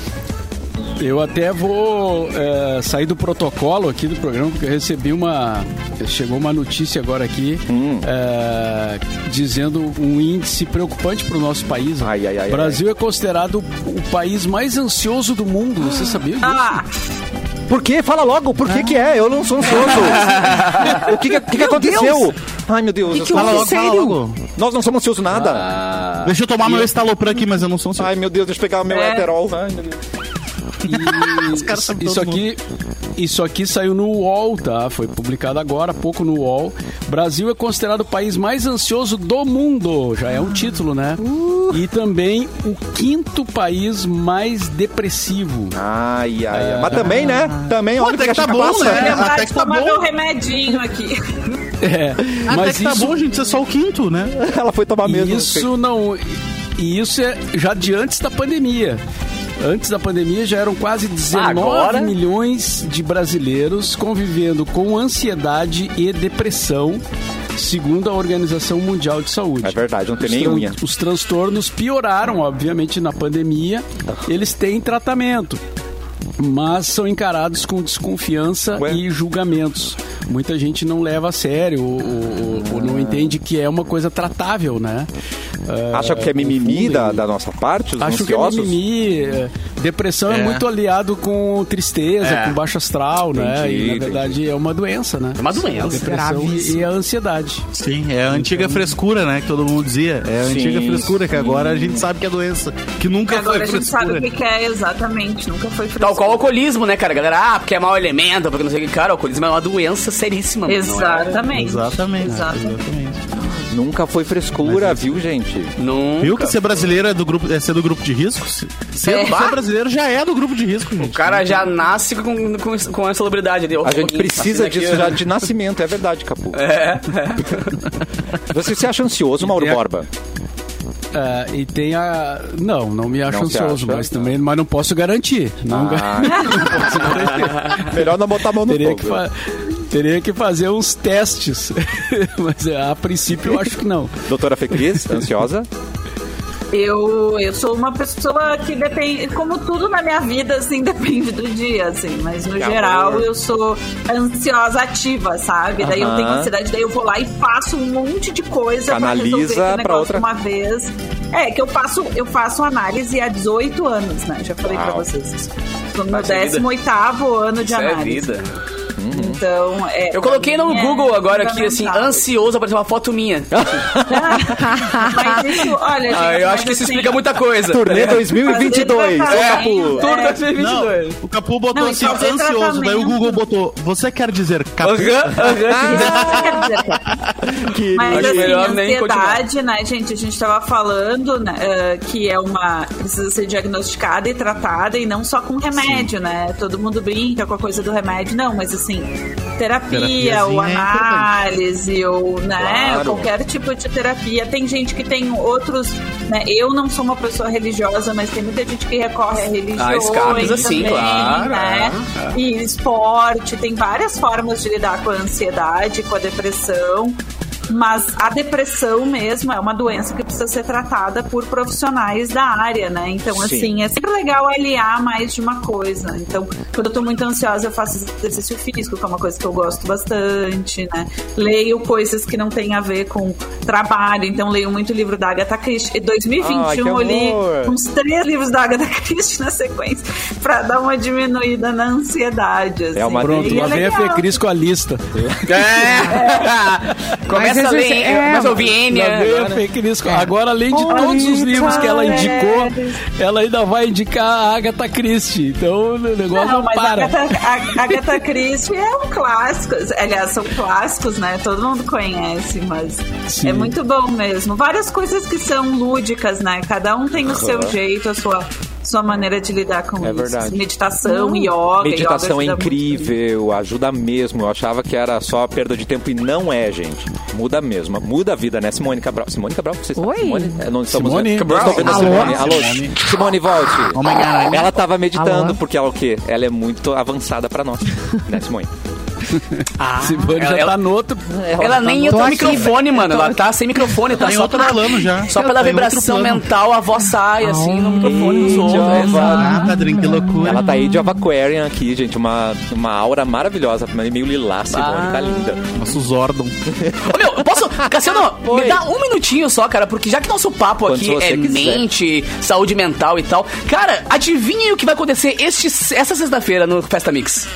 [SPEAKER 5] Eu até vou é, sair do protocolo aqui do programa, porque eu recebi uma. Chegou uma notícia agora aqui é, dizendo um índice preocupante para o nosso país.
[SPEAKER 1] Ai, ai, ai,
[SPEAKER 5] o Brasil é considerado o país mais ansioso do mundo. Você sabia disso?
[SPEAKER 4] Ah,
[SPEAKER 1] Por quê? Fala logo, por que que é? Eu não sou ansioso. o que que, que que aconteceu? Ai, meu Deus.
[SPEAKER 2] Que que
[SPEAKER 1] eu-
[SPEAKER 8] Fala
[SPEAKER 2] houve?
[SPEAKER 8] logo, fala
[SPEAKER 2] Sério?
[SPEAKER 8] logo.
[SPEAKER 1] Nós não somos ansiosos nada.
[SPEAKER 7] Ah.
[SPEAKER 8] Deixa eu tomar meu estalopran aqui, mas eu não sou um seu.
[SPEAKER 1] Ai, meu Deus, deixa eu pegar meu
[SPEAKER 4] É.
[SPEAKER 1] heterol. Ai, meu Deus.
[SPEAKER 5] E
[SPEAKER 8] Os caras
[SPEAKER 5] isso-
[SPEAKER 8] sabem
[SPEAKER 5] isso
[SPEAKER 8] todo
[SPEAKER 5] aqui, isso aqui saiu no UOL, tá? Foi publicado agora há pouco no UOL. Brasil é considerado o país mais ansioso do mundo. Já é um título, né?
[SPEAKER 8] Uh.
[SPEAKER 5] E também o quinto país mais depressivo.
[SPEAKER 8] Ah.
[SPEAKER 1] Ai, ai, ai. Mas também, né? Também, olha
[SPEAKER 8] até
[SPEAKER 1] que
[SPEAKER 8] que tá
[SPEAKER 1] tá
[SPEAKER 8] bom,
[SPEAKER 1] passa.
[SPEAKER 8] né?
[SPEAKER 1] né?
[SPEAKER 4] lembrar
[SPEAKER 8] até
[SPEAKER 4] de
[SPEAKER 8] que tá
[SPEAKER 4] Ah, tomar
[SPEAKER 8] bom.
[SPEAKER 4] meu remedinho aqui.
[SPEAKER 5] É,
[SPEAKER 8] Até que tá bom, gente, isso é só o quinto, né?
[SPEAKER 1] Ela foi tomar mesmo.
[SPEAKER 5] Isso não. E isso é já de antes da pandemia. Antes da pandemia já eram quase 19
[SPEAKER 7] Agora?
[SPEAKER 5] milhões de brasileiros convivendo com ansiedade e depressão, segundo a Organização Mundial de Saúde.
[SPEAKER 1] É verdade, não tem
[SPEAKER 5] Os
[SPEAKER 1] nem
[SPEAKER 5] tran-
[SPEAKER 1] unha.
[SPEAKER 5] Os transtornos pioraram, obviamente, na pandemia. Eles têm tratamento, mas são encarados com desconfiança
[SPEAKER 1] Ué?
[SPEAKER 5] e julgamentos. Muita gente não leva a sério ou, ou- ou
[SPEAKER 1] Ah.
[SPEAKER 5] não entende que é uma coisa tratável, né? Ah,
[SPEAKER 1] Acha que é mimimi
[SPEAKER 5] confundem.
[SPEAKER 1] da, da nossa parte, os
[SPEAKER 5] Acho que é
[SPEAKER 1] ansiosos?
[SPEAKER 5] mimimi. é. Depressão é.
[SPEAKER 8] É.
[SPEAKER 5] muito aliado com tristeza,
[SPEAKER 8] É.
[SPEAKER 5] com baixo astral, né?
[SPEAKER 1] Entendi,
[SPEAKER 5] E, na verdade, é uma doença, né?
[SPEAKER 7] É uma doença.
[SPEAKER 5] Depressão e, e a ansiedade.
[SPEAKER 8] Sim, é a antiga frescura, né? Que todo mundo dizia. É a
[SPEAKER 1] Sim,
[SPEAKER 8] antiga frescura, que agora a gente sabe que é doença. Que nunca
[SPEAKER 4] Agora
[SPEAKER 8] foi
[SPEAKER 4] a gente sabe
[SPEAKER 8] frescura.
[SPEAKER 4] o que que é exatamente, nunca foi frescura.
[SPEAKER 7] Tal qual o alcoolismo, né, cara? Galera, ah, porque é mau elemento, porque não sei o que. Cara, o alcoolismo é uma doença seríssima, mano. é?
[SPEAKER 4] Exatamente.
[SPEAKER 8] Exatamente.
[SPEAKER 4] Exatamente.
[SPEAKER 8] exatamente.
[SPEAKER 1] Nunca foi frescura, viu, gente?
[SPEAKER 7] Não. é?
[SPEAKER 8] Viu
[SPEAKER 7] Nunca.
[SPEAKER 8] que ser brasileiro é, do grupo, é ser do grupo de risco? Se- Ser,
[SPEAKER 7] É.
[SPEAKER 8] ser brasileiro já é do grupo de risco, gente.
[SPEAKER 7] O cara já nasce com, com, com a celebridade ali.
[SPEAKER 1] A gente precisa disso já de nascimento, é verdade, Capu.
[SPEAKER 7] É.
[SPEAKER 1] Você se acha ansioso, Mauro
[SPEAKER 5] É.
[SPEAKER 1] Borba?
[SPEAKER 5] Ah, e tem a. Não, não me acho
[SPEAKER 1] Não se
[SPEAKER 5] ansioso,
[SPEAKER 1] acha? tá. Ah,
[SPEAKER 5] mas também mas não posso garantir. Não ga-
[SPEAKER 1] Melhor não botar a mão no
[SPEAKER 5] teria,
[SPEAKER 1] fogo.
[SPEAKER 5] que fa- teria que fazer uns testes. mas é, a princípio eu acho que não.
[SPEAKER 1] Doutora Fecris, ansiosa?
[SPEAKER 4] Eu, eu sou uma pessoa que depende, como tudo na minha vida, assim, depende do dia, assim. Mas no
[SPEAKER 1] Que
[SPEAKER 4] geral
[SPEAKER 1] amor.
[SPEAKER 4] eu sou ansiosa ativa, sabe? Daí eu
[SPEAKER 1] Aham.
[SPEAKER 4] tenho ansiedade, daí eu vou lá e faço um monte de coisa
[SPEAKER 1] Canaliza
[SPEAKER 4] pra resolver
[SPEAKER 1] pra
[SPEAKER 4] esse negócio
[SPEAKER 1] outra.
[SPEAKER 4] de uma vez. É, que eu faço, eu faço análise há 18 anos, né? Já falei pra
[SPEAKER 1] Uau.
[SPEAKER 4] vocês isso. Tô no meu
[SPEAKER 7] Mas é vida.
[SPEAKER 4] 18 ano de
[SPEAKER 7] Isso é
[SPEAKER 4] análise.
[SPEAKER 7] vida.
[SPEAKER 4] Então, é,
[SPEAKER 7] Eu coloquei no
[SPEAKER 4] pra mim é
[SPEAKER 7] Google agora aqui, assim,
[SPEAKER 4] fundamental.
[SPEAKER 7] ansioso, apareceu uma foto minha.
[SPEAKER 4] Mas isso, olha, gente,
[SPEAKER 7] Ah, eu
[SPEAKER 4] mas
[SPEAKER 7] acho que isso
[SPEAKER 4] assim,
[SPEAKER 7] explica muita coisa.
[SPEAKER 1] Turnê
[SPEAKER 4] fazer
[SPEAKER 1] 2022,
[SPEAKER 4] tratamento,
[SPEAKER 1] Capu.
[SPEAKER 4] é,
[SPEAKER 8] Não, o Capu botou
[SPEAKER 4] Não, e
[SPEAKER 8] assim,
[SPEAKER 4] fazer
[SPEAKER 8] ansioso. Daí o
[SPEAKER 4] tratamento.
[SPEAKER 8] Google botou, você quer dizer Capu?
[SPEAKER 7] Aham, aham.
[SPEAKER 4] Quer dizer,
[SPEAKER 1] Que
[SPEAKER 4] Mas
[SPEAKER 7] Acho
[SPEAKER 4] assim,
[SPEAKER 7] melhor nem
[SPEAKER 4] ansiedade, né, gente? A gente tava falando né, eh, que é uma. precisa ser diagnosticada e tratada, e não só com remédio, né? Todo mundo brinca com a coisa do remédio, não, mas assim, assim, terapia,
[SPEAKER 8] Terapiazinha
[SPEAKER 4] ou
[SPEAKER 8] é importante.
[SPEAKER 4] análise, ou né,
[SPEAKER 1] Claro.
[SPEAKER 4] qualquer tipo de terapia. Tem gente que tem outros, né, eu não sou uma pessoa religiosa, mas tem muita gente que recorre a
[SPEAKER 7] Ah,
[SPEAKER 4] religiões
[SPEAKER 7] escapes assim,
[SPEAKER 4] também,
[SPEAKER 7] claro,
[SPEAKER 4] né?
[SPEAKER 7] é,
[SPEAKER 4] E esporte, tem várias formas de lidar com a ansiedade, com a depressão. Mas a depressão mesmo é uma doença que precisa ser tratada por profissionais da área, né? Então,
[SPEAKER 1] Sim.
[SPEAKER 4] assim, é sempre legal aliar mais de uma coisa. Então, quando eu tô muito ansiosa, eu faço exercício físico, que é uma coisa que eu gosto bastante, né? Leio coisas que não têm a ver com trabalho, então leio muito livro da Agatha Christie. Em 2021
[SPEAKER 1] Ai, que
[SPEAKER 4] eu li
[SPEAKER 1] amor.
[SPEAKER 4] uns três livros da Agatha Christie na sequência pra dar uma diminuída na ansiedade. assim.
[SPEAKER 1] É uma
[SPEAKER 5] Pronto,
[SPEAKER 1] delícia.
[SPEAKER 4] E é
[SPEAKER 5] lá vem a
[SPEAKER 4] legal.
[SPEAKER 5] Fecris com a lista.
[SPEAKER 7] É. começa a
[SPEAKER 2] Mas
[SPEAKER 7] ler,
[SPEAKER 2] esse- é,
[SPEAKER 7] começa a ouvir Enya.
[SPEAKER 5] Lá vem
[SPEAKER 4] né?
[SPEAKER 5] a Fecris
[SPEAKER 4] É.
[SPEAKER 5] com- Agora, além de
[SPEAKER 4] Olha,
[SPEAKER 5] todos os livros que ela indicou,
[SPEAKER 4] Tavares.
[SPEAKER 5] ela ainda vai indicar a Agatha Christie. Então, o negócio não,
[SPEAKER 4] mas
[SPEAKER 5] para.
[SPEAKER 4] Agatha, a- Agatha Christie é um clássico. Aliás, são clássicos, né? Todo mundo conhece, mas
[SPEAKER 5] Sim.
[SPEAKER 4] é muito bom mesmo. Várias coisas que são lúdicas, né? Cada um tem o seu jeito, a sua, sua maneira de lidar com
[SPEAKER 1] É
[SPEAKER 4] isso.
[SPEAKER 1] verdade.
[SPEAKER 4] Meditação, yoga.
[SPEAKER 1] Meditação é
[SPEAKER 4] yoga ajuda
[SPEAKER 1] incrível, ajuda mesmo. Eu achava que era só perda de tempo e não é, gente. Muda mesmo, muda a vida, né? Simone Cabral. Simone Cabral, você está?
[SPEAKER 2] Oi?
[SPEAKER 1] Simone? É, Não estamos
[SPEAKER 5] Simone?
[SPEAKER 1] vendo. Não estou vendo a
[SPEAKER 5] Alô?
[SPEAKER 1] Simone. Alô? Simone, volte.
[SPEAKER 8] my God.
[SPEAKER 1] ela estava meditando,
[SPEAKER 2] Alô?
[SPEAKER 1] porque ela o quê? Ela é muito avançada para nós, né, Simone?
[SPEAKER 7] Ah,
[SPEAKER 5] Simone já
[SPEAKER 7] ela,
[SPEAKER 5] tá no outro.
[SPEAKER 7] ela, ela nem entra
[SPEAKER 2] Tô
[SPEAKER 7] no
[SPEAKER 2] aqui.
[SPEAKER 7] microfone, mano. Ela tá sem microfone, tá
[SPEAKER 8] Tá em
[SPEAKER 7] só
[SPEAKER 8] outro
[SPEAKER 7] pela-
[SPEAKER 8] plano já.
[SPEAKER 7] Só pela
[SPEAKER 8] Tá em outro
[SPEAKER 7] vibração
[SPEAKER 8] plano.
[SPEAKER 7] mental, a voz sai assim no microfone dos
[SPEAKER 1] Ih,
[SPEAKER 7] outros.
[SPEAKER 1] Jeová.
[SPEAKER 8] Ah, padrinho, que loucura.
[SPEAKER 1] Ela tá aí de Aquarian aqui, gente. Uma, uma aura maravilhosa, meio lilás, Simone. Tá linda.
[SPEAKER 8] Nossa, os órgãos.
[SPEAKER 7] Ô, meu, eu posso. Cassiano,
[SPEAKER 1] Oi.
[SPEAKER 7] me dá um minutinho só, cara, porque já que nosso papo
[SPEAKER 1] Quando
[SPEAKER 7] aqui
[SPEAKER 1] você
[SPEAKER 7] é
[SPEAKER 1] quiser.
[SPEAKER 7] mente, saúde mental e tal. Cara, adivinha o que vai acontecer este, essa sexta-feira no Festa Mix.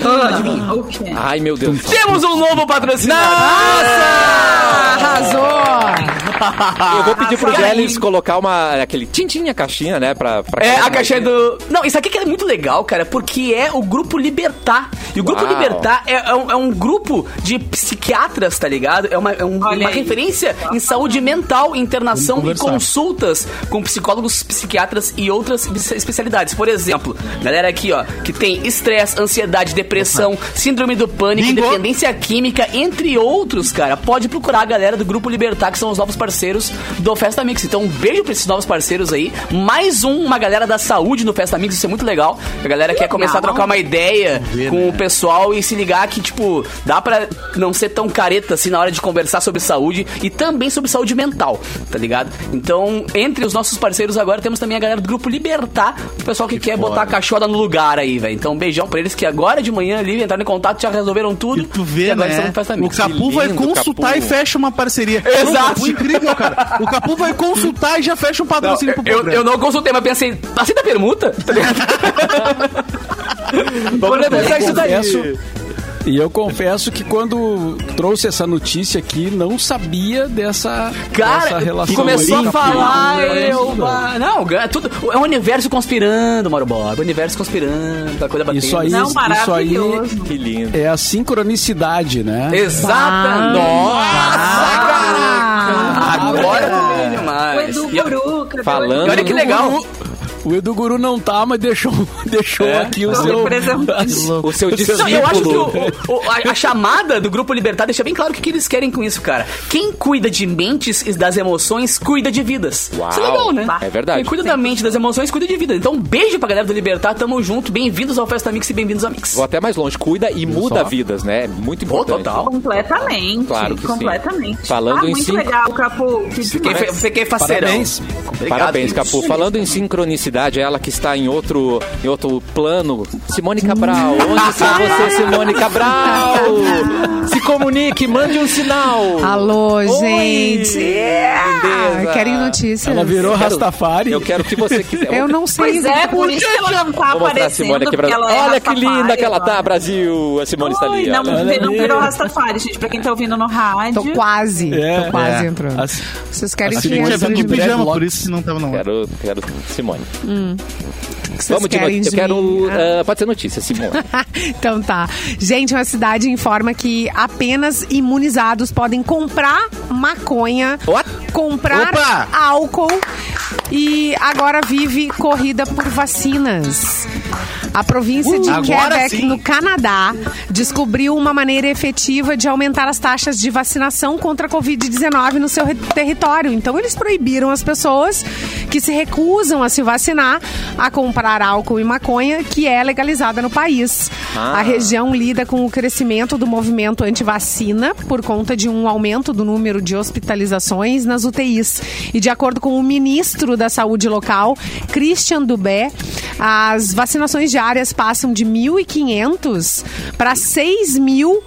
[SPEAKER 4] Ah, o quê?
[SPEAKER 1] Ai, meu Deus.
[SPEAKER 7] Temos um novo patrocinador.
[SPEAKER 2] Arrasou!
[SPEAKER 1] Eu vou pedir pro
[SPEAKER 4] Arrasou.
[SPEAKER 1] Geles colocar uma, aquele tintim, a caixinha, né? Pra, pra
[SPEAKER 7] É,
[SPEAKER 1] cada
[SPEAKER 7] a
[SPEAKER 1] uma.
[SPEAKER 7] caixinha do. Não, isso aqui que é muito legal, cara, porque é o grupo Libertar. E o grupo
[SPEAKER 1] Uau.
[SPEAKER 7] Libertar é, é um, é um grupo de psiquiatras, tá ligado? É uma, é um-
[SPEAKER 4] Olha
[SPEAKER 7] uma
[SPEAKER 4] aí.
[SPEAKER 7] referência em saúde mental, internação e
[SPEAKER 8] Vamos conversar.
[SPEAKER 7] consultas com psicólogos, psiquiatras e outras es- especialidades. Por exemplo, galera aqui, ó, que tem estresse, ansiedade, depressão, síndrome do pânico,
[SPEAKER 8] Bingo.
[SPEAKER 7] dependência química, entre outros, cara. Pode procurar a galera do grupo Libertar, que são os novos parceiros do Festa Mix. Então, um beijo pra esses novos parceiros aí. Mais um, uma galera da saúde no Festa Mix, isso é muito legal. A galera quer começar a trocar uma ideia
[SPEAKER 8] ver,
[SPEAKER 7] com
[SPEAKER 8] né?
[SPEAKER 7] o pessoal e se ligar que, tipo, dá pra não ser tão careta assim na hora de conversar sobre saúde e também sobre saúde mental, tá ligado? Então, entre os nossos parceiros agora, temos também a galera do grupo Libertar, o pessoal que, quer botar a cachorra no lugar aí, velho. Então, um beijão pra eles que agora de manhã ali entraram em contato, já resolveram tudo.
[SPEAKER 8] E tu vê,
[SPEAKER 7] e agora
[SPEAKER 8] né?
[SPEAKER 7] estão no Festa
[SPEAKER 8] o
[SPEAKER 7] Mix.
[SPEAKER 1] Que
[SPEAKER 8] Capu vai
[SPEAKER 1] lindo,
[SPEAKER 8] consultar
[SPEAKER 1] Capu.
[SPEAKER 8] e fecha uma parceria.
[SPEAKER 7] Exato.
[SPEAKER 8] Não, Capu é incrível, cara. O Capu vai consultar e já fecha um
[SPEAKER 7] Não,
[SPEAKER 8] patrocínio pro
[SPEAKER 7] eu,
[SPEAKER 8] programa.
[SPEAKER 7] eu não consultei, mas pensei, aceita a permuta? Tá ligado? Vou negociar Tá isso daí.
[SPEAKER 5] confesso- E eu confesso que quando trouxe essa notícia aqui, não sabia dessa, dessa
[SPEAKER 7] Cara,
[SPEAKER 5] relação. né?
[SPEAKER 7] começou
[SPEAKER 5] aí.
[SPEAKER 7] a falar,
[SPEAKER 5] Olha
[SPEAKER 7] eu...
[SPEAKER 5] isso, cara.
[SPEAKER 7] Não, é tudo... É o universo conspirando, Mauro Bob. É o universo conspirando, aquela coisa batendo.
[SPEAKER 5] Isso aí,
[SPEAKER 4] Não,
[SPEAKER 5] isso aí
[SPEAKER 4] maravilhoso.
[SPEAKER 1] Que lindo.
[SPEAKER 5] é a sincronicidade, né?
[SPEAKER 7] Exata.
[SPEAKER 2] Ah.
[SPEAKER 7] Nossa, caraca. Agora
[SPEAKER 5] Ah.
[SPEAKER 7] também
[SPEAKER 4] O
[SPEAKER 7] demais.
[SPEAKER 4] Edu
[SPEAKER 7] E-
[SPEAKER 4] Guru, cadê o
[SPEAKER 1] é, Falando-
[SPEAKER 7] E olha que legal.
[SPEAKER 5] Guru- O Edu Guru não tá, mas deixou, deixou
[SPEAKER 7] É?
[SPEAKER 5] aqui o
[SPEAKER 4] Tô
[SPEAKER 5] seu...
[SPEAKER 4] representante.
[SPEAKER 1] O seu discípulo.
[SPEAKER 7] Não, eu acho que o- o- a, a chamada do Grupo Libertar deixa bem claro o que, que eles querem com isso, cara. Quem cuida de mentes e das emoções, cuida de vidas.
[SPEAKER 1] Uau.
[SPEAKER 7] Isso é legal, né?
[SPEAKER 1] É verdade.
[SPEAKER 7] Quem cuida da mente e das emoções, cuida de vida. Então, um beijo pra galera do Libertar, tamo junto. Bem-vindos ao Festa Mix e bem-vindos ao Mix.
[SPEAKER 1] Vou até mais longe. Cuida e muda vidas, né? É Muito
[SPEAKER 7] Pô,
[SPEAKER 1] importante.
[SPEAKER 7] total.
[SPEAKER 4] Completamente.
[SPEAKER 1] Claro que sim.
[SPEAKER 4] completamente.
[SPEAKER 1] Falando
[SPEAKER 4] ah,
[SPEAKER 1] em
[SPEAKER 4] muito
[SPEAKER 1] cinco-
[SPEAKER 4] legal, Capu. Que
[SPEAKER 7] Fiquei,
[SPEAKER 4] demais.
[SPEAKER 7] fe- fiquei faceirão.
[SPEAKER 5] Parabéns.
[SPEAKER 7] Obrigado,
[SPEAKER 1] Parabéns,
[SPEAKER 7] gente.
[SPEAKER 1] Capu. Falando em sincronicidade, ela que está em outro, em outro plano. Simone Cabral, onde está você, Simone Cabral? Se comunique, mande um sinal.
[SPEAKER 7] Ah,
[SPEAKER 2] Alô, gente!
[SPEAKER 1] lindeza.
[SPEAKER 2] Querem notícias?
[SPEAKER 5] Ela virou
[SPEAKER 1] Quero-
[SPEAKER 5] Rastafari.
[SPEAKER 1] Eu quero o que você quiser.
[SPEAKER 2] Eu não sei.
[SPEAKER 4] Pois é, por isso que ela não tá
[SPEAKER 1] Vou mostrar a
[SPEAKER 4] aparecendo.
[SPEAKER 1] Simone aqui pra...
[SPEAKER 4] porque ela é
[SPEAKER 1] Olha que
[SPEAKER 4] Rastafari
[SPEAKER 1] linda que ela tá,
[SPEAKER 4] agora.
[SPEAKER 1] Brasil. A Simone está
[SPEAKER 4] Oi,
[SPEAKER 1] ali.
[SPEAKER 4] não,
[SPEAKER 1] olha.
[SPEAKER 5] Olha
[SPEAKER 4] não
[SPEAKER 5] ali.
[SPEAKER 4] virou Rastafari, gente. Pra quem tá ouvindo no rádio.
[SPEAKER 2] Tô quase,
[SPEAKER 5] É,
[SPEAKER 2] tô quase
[SPEAKER 8] é.
[SPEAKER 2] entrando.
[SPEAKER 5] Assim-
[SPEAKER 2] Vocês querem
[SPEAKER 5] assim
[SPEAKER 2] que
[SPEAKER 5] que
[SPEAKER 8] Tinha
[SPEAKER 5] Essa
[SPEAKER 8] vindo
[SPEAKER 5] de
[SPEAKER 8] é de
[SPEAKER 2] entre?
[SPEAKER 5] Brad
[SPEAKER 8] pijama,
[SPEAKER 5] Lock.
[SPEAKER 8] por isso não tava não.
[SPEAKER 1] Quero, quero Simone.
[SPEAKER 2] O que vocês
[SPEAKER 1] Vamos de
[SPEAKER 2] querem
[SPEAKER 1] notícia. Eu
[SPEAKER 2] de
[SPEAKER 1] quero.
[SPEAKER 2] mim? Ah.
[SPEAKER 1] ah, pode ser notícia, Simone.
[SPEAKER 2] Então tá. Gente, uma cidade informa que apenas imunizados podem comprar maconha,
[SPEAKER 1] What?
[SPEAKER 2] comprar
[SPEAKER 8] Opa!
[SPEAKER 2] álcool e agora vive corrida por vacinas. A província de
[SPEAKER 8] Uh, agora
[SPEAKER 2] Quebec,
[SPEAKER 8] sim.
[SPEAKER 2] no Canadá, descobriu uma maneira efetiva de aumentar as taxas de vacinação contra a Covid-19 no seu re- território. Então, eles proibiram as pessoas que se recusam a se vacinar a comprar álcool e maconha, que é legalizada no país.
[SPEAKER 8] Ah.
[SPEAKER 2] A região lida com o crescimento do movimento antivacina por conta de um aumento do número de hospitalizações nas UTIs. E de acordo com o ministro da Saúde local, Christian Dubé, as vacinações diárias passam de 1.500 para 6 mil,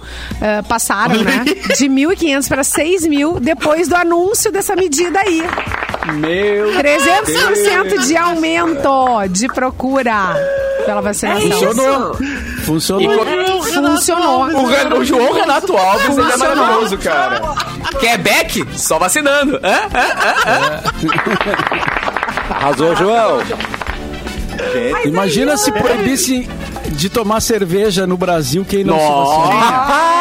[SPEAKER 2] passaram, né? De 1.500 para 6 mil depois do anúncio dessa medida aí.
[SPEAKER 5] Meu
[SPEAKER 2] 300% de aumento de procura pela vacinação.
[SPEAKER 5] Funcionou. Funcionou.
[SPEAKER 2] Funcionou.
[SPEAKER 7] O, Ren- o João Renato Alves ele é
[SPEAKER 2] Funcionou.
[SPEAKER 7] maravilhoso, cara. Quebec, só vacinando. Hã? Hã?
[SPEAKER 1] Arrasou, João.
[SPEAKER 5] Imagina se proibisse de tomar cerveja no Brasil quem não se
[SPEAKER 7] Nossa.
[SPEAKER 5] vacina.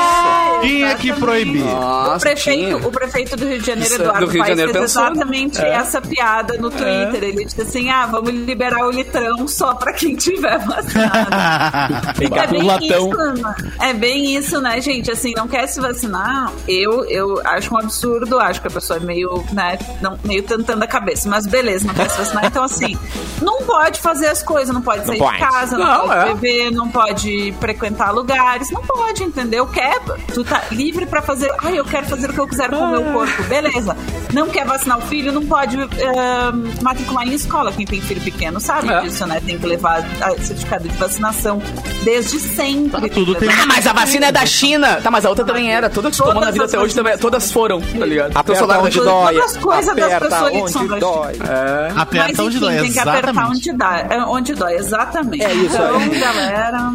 [SPEAKER 8] Tinha é que proibir.
[SPEAKER 4] O prefeito,
[SPEAKER 7] tinha.
[SPEAKER 4] o prefeito do Rio de
[SPEAKER 1] é
[SPEAKER 4] Janeiro,
[SPEAKER 7] Isso,
[SPEAKER 4] Eduardo
[SPEAKER 7] do Rio de
[SPEAKER 4] Paes,
[SPEAKER 7] Janeiro
[SPEAKER 4] fez
[SPEAKER 7] pensou, né?
[SPEAKER 4] exatamente essa piada no Twitter. Ele disse assim, ah, vamos liberar o litrão só pra quem tiver vacinado.
[SPEAKER 5] Ficar com um latão.
[SPEAKER 4] É Isso, né? é bem isso, né, gente? Assim, não quer se vacinar, eu, eu acho um absurdo, acho que a pessoa é meio, né, não, meio tentando a cabeça, mas beleza, não quer se vacinar. Então, assim, não pode fazer as coisas, não pode sair
[SPEAKER 1] pode.
[SPEAKER 4] de casa, não,
[SPEAKER 7] Não,
[SPEAKER 4] pode
[SPEAKER 7] é.
[SPEAKER 4] beber, não pode frequentar lugares, não pode, entendeu? Quer, tu tá livre pra fazer, ai, eu quero fazer o que eu quiser com o
[SPEAKER 1] Ah.
[SPEAKER 4] meu corpo, beleza. Não quer vacinar o filho, não pode eh, matricular em escola, quem tem filho pequeno sabe
[SPEAKER 7] É.
[SPEAKER 4] disso, né? Tem que levar ah, certificado de vacinação desde sempre.
[SPEAKER 8] Tudo tem-
[SPEAKER 7] Ah, mas a vacina é da China. Tá, mas a outra também era. Toda que tu tomou na vida até hoje também. Todas foram, tá ligado? Então,
[SPEAKER 1] Aperta
[SPEAKER 7] soldado da
[SPEAKER 1] onde
[SPEAKER 7] China.
[SPEAKER 1] dói.
[SPEAKER 4] Todas as coisas das
[SPEAKER 1] Aperta
[SPEAKER 4] pessoas que são
[SPEAKER 1] onde
[SPEAKER 4] da
[SPEAKER 1] dói.
[SPEAKER 4] Mas
[SPEAKER 7] É.
[SPEAKER 8] Aperta onde
[SPEAKER 4] enfim,
[SPEAKER 8] dói,
[SPEAKER 4] tem que apertar
[SPEAKER 8] exatamente.
[SPEAKER 4] onde dói, é, onde dói, exatamente.
[SPEAKER 1] É isso
[SPEAKER 4] então,
[SPEAKER 1] aí.
[SPEAKER 4] galera,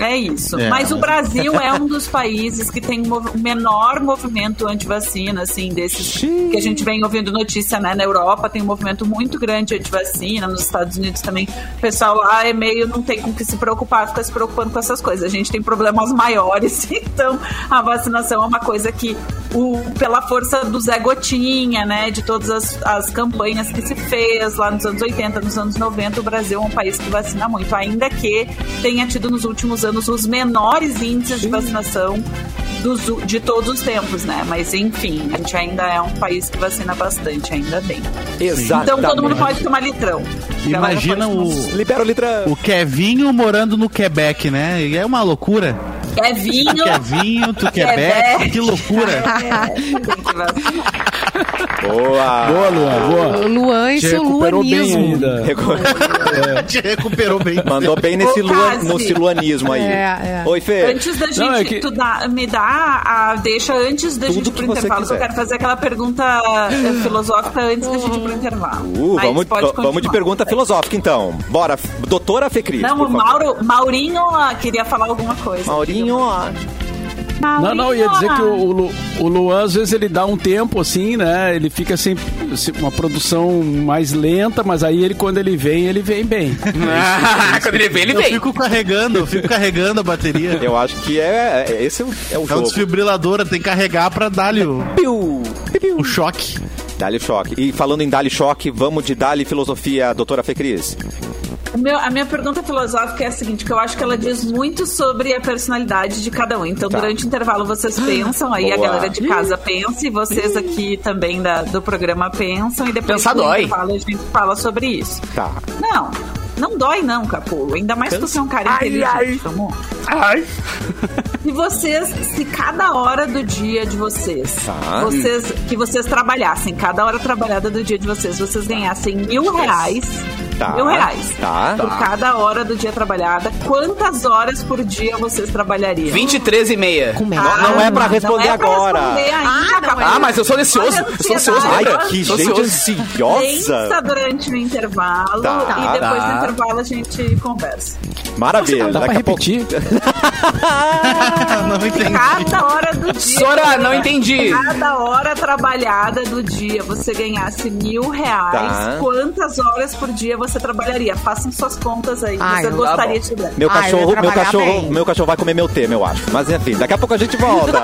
[SPEAKER 4] é isso.
[SPEAKER 8] É,
[SPEAKER 4] mas o
[SPEAKER 8] mas-
[SPEAKER 4] Brasil é um dos países que tem o mov- menor movimento antivacina, assim, desses que a gente vem ouvindo notícia, né? Na Europa tem um movimento muito grande antivacina, nos Estados Unidos também. O pessoal lá é meio, não tem com o que se preocupar, fica se preocupando com essas coisas. A gente tem problemas maiores, então a vacinação é uma coisa que, o, pela força do Zé Gotinha, né? De todas as, as campanhas que se fez lá nos anos 80, nos anos 90, o Brasil é um país que vacina muito, ainda que tenha tido nos últimos anos os menores índices de vacinação dos u- de todos os tempos, né? Mas enfim, a gente ainda é um país que vacina bastante, ainda bem.
[SPEAKER 1] Exatamente.
[SPEAKER 4] Então todo mundo pode tomar litrão. Galera
[SPEAKER 8] Tá, Imagina
[SPEAKER 4] pode tomar-
[SPEAKER 8] o,
[SPEAKER 1] Libera o litrão.
[SPEAKER 8] o Kevinho morando no Quebec, né? E é uma loucura.
[SPEAKER 4] É vinho.
[SPEAKER 8] Kevinho, tu
[SPEAKER 4] Quebec.
[SPEAKER 8] Quebec, que loucura.
[SPEAKER 4] É, tem que vacinar.
[SPEAKER 1] Boa.
[SPEAKER 5] Boa, Luan, boa.
[SPEAKER 2] Luan e
[SPEAKER 5] Te
[SPEAKER 2] seu
[SPEAKER 5] recuperou bem
[SPEAKER 2] é luanismo.
[SPEAKER 5] ainda.
[SPEAKER 8] Te recuperou bem.
[SPEAKER 1] Mandou bem nesse,
[SPEAKER 4] Ô,
[SPEAKER 1] lua,
[SPEAKER 4] Cassi.
[SPEAKER 1] no siluanismo aí.
[SPEAKER 2] É, é.
[SPEAKER 1] Oi, Fê.
[SPEAKER 4] Antes da gente,
[SPEAKER 5] Não, é que-
[SPEAKER 4] tu dá- me dá a deixa antes da
[SPEAKER 1] Tudo
[SPEAKER 4] gente ir
[SPEAKER 1] que
[SPEAKER 4] pro
[SPEAKER 1] você
[SPEAKER 4] intervalo, que eu
[SPEAKER 1] quiser.
[SPEAKER 4] quero fazer aquela pergunta eh, filosófica antes da gente ir pro intervalo.
[SPEAKER 1] Uh,
[SPEAKER 4] Mas
[SPEAKER 1] vamos,
[SPEAKER 4] pode
[SPEAKER 1] va- vamos de
[SPEAKER 4] continuar.
[SPEAKER 1] pergunta filosófica, então. Bora, f- doutora Fê Cris,
[SPEAKER 4] Não,
[SPEAKER 1] por
[SPEAKER 4] o
[SPEAKER 1] favor.
[SPEAKER 4] Mauro, Maurinho ah, queria falar alguma coisa. ah,
[SPEAKER 1] Maurinho, ó.
[SPEAKER 4] Tá
[SPEAKER 5] Não, não, eu ia dizer que o, o Lu- o Luan, às vezes, ele dá um tempo, assim, né? Ele fica sempre assim, uma produção mais lenta, mas aí ele, quando ele vem, ele vem bem.
[SPEAKER 7] Ah, Quando ele vem, ele
[SPEAKER 8] Eu
[SPEAKER 7] vem.
[SPEAKER 8] fico carregando, eu fico carregando a bateria.
[SPEAKER 1] Eu acho que é, é- esse é o- é o
[SPEAKER 8] É um
[SPEAKER 1] jogo.
[SPEAKER 8] desfibrilador, tem que carregar pra dar-lhe o,
[SPEAKER 1] Piu, piu, piu.
[SPEAKER 8] o choque.
[SPEAKER 1] Dali choque. E falando em Dali choque, vamos de Dali filosofia, doutora Fê Cris.
[SPEAKER 4] O meu- a minha pergunta filosófica é a seguinte, que eu acho que ela diz muito sobre a personalidade de cada um. Então,
[SPEAKER 1] Tá. Ah,
[SPEAKER 4] durante o intervalo, vocês pensam, aí
[SPEAKER 1] Boa.
[SPEAKER 4] a galera de casa pensa, e vocês aqui também da- do programa pensam, e depois
[SPEAKER 7] Pensar
[SPEAKER 4] do
[SPEAKER 7] dói.
[SPEAKER 4] intervalo a gente fala sobre isso.
[SPEAKER 1] Tá.
[SPEAKER 4] Não, não dói não, Capulo. Ainda mais que tu é um cara inteligente, tá bom?
[SPEAKER 7] Ai.
[SPEAKER 4] E vocês, se cada hora do dia de vocês,
[SPEAKER 1] Tá.
[SPEAKER 4] vocês que vocês trabalhassem, cada hora trabalhada do dia de vocês, vocês ganhassem mil reais,
[SPEAKER 1] Tá.
[SPEAKER 4] mil reais.
[SPEAKER 1] Tá.
[SPEAKER 4] Por cada hora do dia trabalhada, quantas horas por dia vocês trabalhariam?
[SPEAKER 7] 23 e meia.
[SPEAKER 2] Como é?
[SPEAKER 4] Ah,
[SPEAKER 1] Não é pra responder
[SPEAKER 4] não é pra
[SPEAKER 1] agora.
[SPEAKER 4] responder ainda, Gabriel.
[SPEAKER 7] Ah, mas eu sou ansioso.
[SPEAKER 4] Olha a
[SPEAKER 7] Eu sou ansioso.
[SPEAKER 4] ansiedade.
[SPEAKER 1] Ai,
[SPEAKER 7] cara.
[SPEAKER 1] que
[SPEAKER 7] Sou
[SPEAKER 1] gente
[SPEAKER 7] ansioso.
[SPEAKER 1] ansiosa.
[SPEAKER 4] Pensa durante o intervalo
[SPEAKER 1] Tá.
[SPEAKER 4] e depois
[SPEAKER 7] Tá.
[SPEAKER 4] do intervalo a gente conversa.
[SPEAKER 1] Maravilha.
[SPEAKER 5] Dá pra
[SPEAKER 1] Daqui a pouco.
[SPEAKER 5] repetir?
[SPEAKER 8] Não entendi.
[SPEAKER 4] Cada hora do dia.
[SPEAKER 7] Sora, não entendi.
[SPEAKER 4] Cada hora trabalhada do dia você ganhasse mil reais,
[SPEAKER 1] Tá.
[SPEAKER 4] quantas horas por dia você trabalharia? Façam suas contas aí.
[SPEAKER 2] Ai,
[SPEAKER 4] você
[SPEAKER 2] eu-
[SPEAKER 4] gostaria de ganhar.
[SPEAKER 1] Meu
[SPEAKER 2] Ah, eu ia
[SPEAKER 1] cachorro, meu
[SPEAKER 2] trabalhar
[SPEAKER 1] cachorro,
[SPEAKER 2] bem.
[SPEAKER 1] meu cachorro vai comer meu tema, eu acho. Mas enfim, daqui a pouco a gente volta.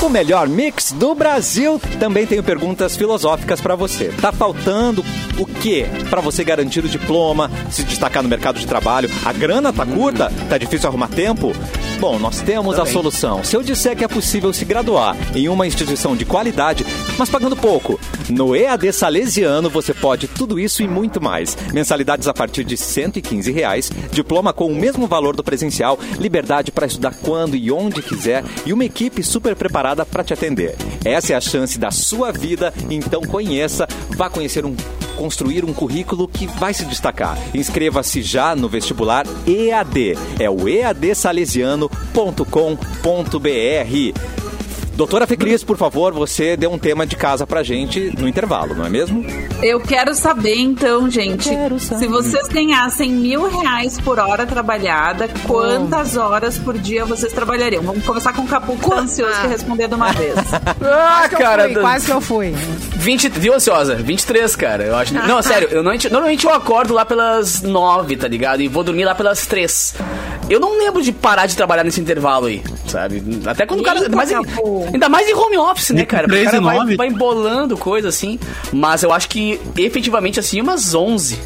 [SPEAKER 1] O melhor mix do Brasil. Também tenho perguntas filosóficas pra você. Tá faltando o quê Pra você garantir o diploma, se destacar no mercado de trabalho? A grana tá curta? Tá difícil arrumar tempo? Bom, nós temos a solução. Se eu disser que é possível se graduar em uma instituição de qualidade, mas pagando pouco, no EAD Salesiano você pode tudo isso e muito mais. Mensalidades a partir de R$ 115 reais, diploma com o mesmo valor do presencial, liberdade para estudar quando e onde quiser e uma equipe super preparada para te atender. Essa é a chance da sua vida, então conheça, vá conhecer um construir um currículo que vai se destacar. Inscreva-se já no vestibular EAD. É o eadsalesiano.com.br. Doutora Fecris, por favor, você deu um tema de casa pra gente no intervalo, não é mesmo?
[SPEAKER 4] Eu quero saber então, gente, se vocês ganhassem mil reais por hora trabalhada, quantas horas por dia vocês trabalhariam? Vamos começar com o Capu, que tá ansioso que responder de uma vez.
[SPEAKER 7] Ah, cara,
[SPEAKER 2] Fui, quase que eu fui.
[SPEAKER 7] 20, viu, ansiosa? 23, cara, eu acho. Não, sério, eu não, normalmente eu acordo lá pelas 9, tá ligado? E vou dormir lá pelas 3. Eu não lembro de parar de trabalhar nesse intervalo aí, sabe? Até quando o cara.
[SPEAKER 4] Eita,
[SPEAKER 7] Mas, em-
[SPEAKER 4] Capu.
[SPEAKER 7] ainda mais em home office, né, cara? Porque O
[SPEAKER 8] três
[SPEAKER 7] cara
[SPEAKER 8] e
[SPEAKER 7] vai,
[SPEAKER 8] nove.
[SPEAKER 7] vai embolando coisa assim. Mas eu acho que efetivamente assim, umas 11.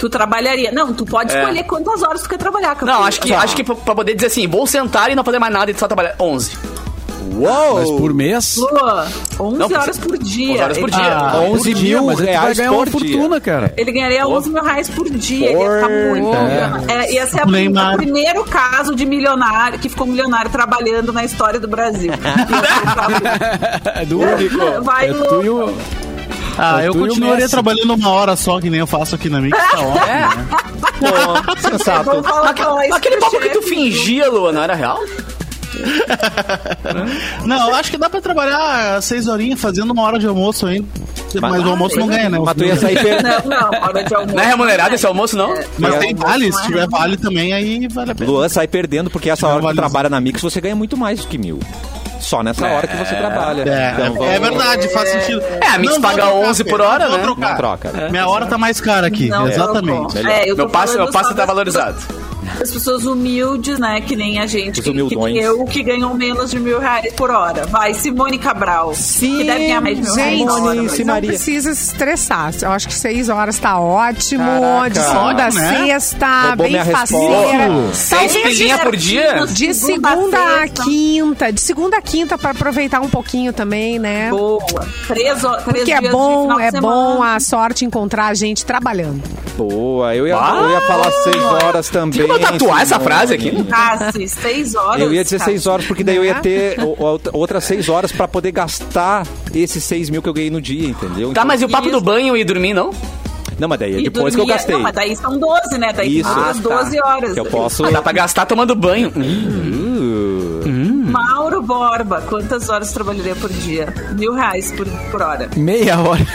[SPEAKER 4] tu trabalharia. Não, tu pode
[SPEAKER 7] É.
[SPEAKER 4] escolher quantas horas tu quer trabalhar, Capu.
[SPEAKER 7] Não, acho que,
[SPEAKER 4] Tá.
[SPEAKER 7] acho que pra, pra poder dizer assim, vou sentar e não fazer mais nada e só trabalhar 11.
[SPEAKER 1] Uou!
[SPEAKER 5] Mas por mês?
[SPEAKER 4] Lua, 11
[SPEAKER 7] Não,
[SPEAKER 4] horas por dia.
[SPEAKER 7] 11 horas por
[SPEAKER 4] Ele-
[SPEAKER 7] dia.
[SPEAKER 5] Ah,
[SPEAKER 1] 11
[SPEAKER 5] por dia,
[SPEAKER 1] mil
[SPEAKER 5] mas aí tu vai
[SPEAKER 1] é reais
[SPEAKER 5] ganhar uma
[SPEAKER 1] por dia.
[SPEAKER 5] fortuna, cara.
[SPEAKER 4] Ele ganharia 11 mil reais por dia. Ele ia ficar muito. É, ia ser a-
[SPEAKER 8] Neymar.
[SPEAKER 4] o primeiro caso de milionário que ficou milionário trabalhando na história do Brasil.
[SPEAKER 1] Tá
[SPEAKER 5] É do único.
[SPEAKER 4] Vai,
[SPEAKER 5] é
[SPEAKER 4] Lu.
[SPEAKER 5] tu e o...
[SPEAKER 8] Ah,
[SPEAKER 5] É
[SPEAKER 8] eu
[SPEAKER 5] tu e o
[SPEAKER 8] continuaria
[SPEAKER 5] Messi.
[SPEAKER 8] trabalhando uma hora só, que nem eu faço aqui na Mix. Tá ótimo.
[SPEAKER 1] Pô, sensato.
[SPEAKER 4] Vamos falar, falar isso
[SPEAKER 7] Aquele
[SPEAKER 4] pro
[SPEAKER 7] papo que tu
[SPEAKER 4] chefe.
[SPEAKER 7] fingia, Luan, não era real?
[SPEAKER 8] Não, eu acho que dá pra trabalhar seis horinhas fazendo uma hora de almoço ainda. Mas, o almoço não ganha, né?
[SPEAKER 1] Mas tu ia sair per-
[SPEAKER 4] Não, não, hora de almoço.
[SPEAKER 7] Não é remunerado esse almoço, não?
[SPEAKER 8] Mas tem
[SPEAKER 4] Almoço
[SPEAKER 8] vale,
[SPEAKER 4] não
[SPEAKER 8] se
[SPEAKER 4] é
[SPEAKER 8] tiver vale também, aí vale a pena.
[SPEAKER 1] Luan sai perdendo porque essa
[SPEAKER 8] Não
[SPEAKER 1] hora que tu
[SPEAKER 8] valoriza.
[SPEAKER 1] trabalha na Mix você ganha muito mais do que mil. Só nessa hora que você trabalha.
[SPEAKER 8] É,
[SPEAKER 1] Então,
[SPEAKER 8] é
[SPEAKER 1] vamos-
[SPEAKER 8] verdade, faz sentido.
[SPEAKER 7] É, a Mix
[SPEAKER 8] Não vou
[SPEAKER 7] paga
[SPEAKER 8] trocar,
[SPEAKER 7] 11 por
[SPEAKER 8] Pedro,
[SPEAKER 7] hora,
[SPEAKER 8] não vou
[SPEAKER 7] né?
[SPEAKER 8] trocar.
[SPEAKER 1] Não troca.
[SPEAKER 8] Minha hora tá mais cara aqui.
[SPEAKER 4] Não,
[SPEAKER 8] Exatamente.
[SPEAKER 4] trocou. É, eu tô
[SPEAKER 7] Meu passe,
[SPEAKER 4] falando
[SPEAKER 7] meu passe
[SPEAKER 4] só
[SPEAKER 7] tá
[SPEAKER 4] das-
[SPEAKER 7] valorizado.
[SPEAKER 4] As pessoas humildes, né? Que nem a
[SPEAKER 1] Os
[SPEAKER 4] gente. que- que, nem
[SPEAKER 1] humildões.
[SPEAKER 4] eu, que ganham menos de mil reais por hora. Vai, Simone Cabral. que deve ganhar mais de mil reais
[SPEAKER 2] gente,
[SPEAKER 4] por hora.
[SPEAKER 1] Simone,
[SPEAKER 4] mas-
[SPEAKER 1] Sim,
[SPEAKER 2] não
[SPEAKER 1] Maria.
[SPEAKER 2] precisa se estressar. Eu acho que seis horas tá ótimo.
[SPEAKER 1] Caraca.
[SPEAKER 2] de segunda a
[SPEAKER 8] Ótimo, né?
[SPEAKER 2] sexta,
[SPEAKER 1] Roubou minha
[SPEAKER 2] bem faceira.
[SPEAKER 1] resposta.
[SPEAKER 7] Seis
[SPEAKER 2] Talvez
[SPEAKER 7] pilinha por dia?
[SPEAKER 2] De segunda a quinta, de segunda a quinta pra aproveitar um pouquinho também, né?
[SPEAKER 4] Boa. Três, ho- três
[SPEAKER 2] Porque é
[SPEAKER 4] dias de final
[SPEAKER 2] bom,
[SPEAKER 4] de
[SPEAKER 2] é
[SPEAKER 4] semana.
[SPEAKER 2] bom a sorte encontrar a gente trabalhando.
[SPEAKER 1] Boa, eu ia, eu ia falar seis horas também.
[SPEAKER 7] Tem como eu tatuar essa
[SPEAKER 1] Simone.
[SPEAKER 7] frase aqui?
[SPEAKER 4] Cassi, seis horas.
[SPEAKER 1] Eu ia dizer
[SPEAKER 4] Cassi.
[SPEAKER 1] seis horas, porque daí eu ia ter o- o- outras seis horas pra poder gastar esses seis mil que eu ganhei no dia, entendeu?
[SPEAKER 7] Tá,
[SPEAKER 1] Então-
[SPEAKER 7] mas e o papo
[SPEAKER 4] Isso.
[SPEAKER 7] do banho e dormir, não?
[SPEAKER 1] Não, mas daí é
[SPEAKER 4] E
[SPEAKER 1] depois que eu
[SPEAKER 4] dormia-
[SPEAKER 1] gastei.
[SPEAKER 4] Não, mas daí são 12, né? Daí
[SPEAKER 1] Isso. tá. Ah,
[SPEAKER 4] são as 12 horas.
[SPEAKER 1] Que eu posso.
[SPEAKER 7] Dá pra gastar tomando banho.
[SPEAKER 4] Mauro Borba, quantas horas trabalharia por dia? Mil reais por, por hora.
[SPEAKER 5] Meia hora.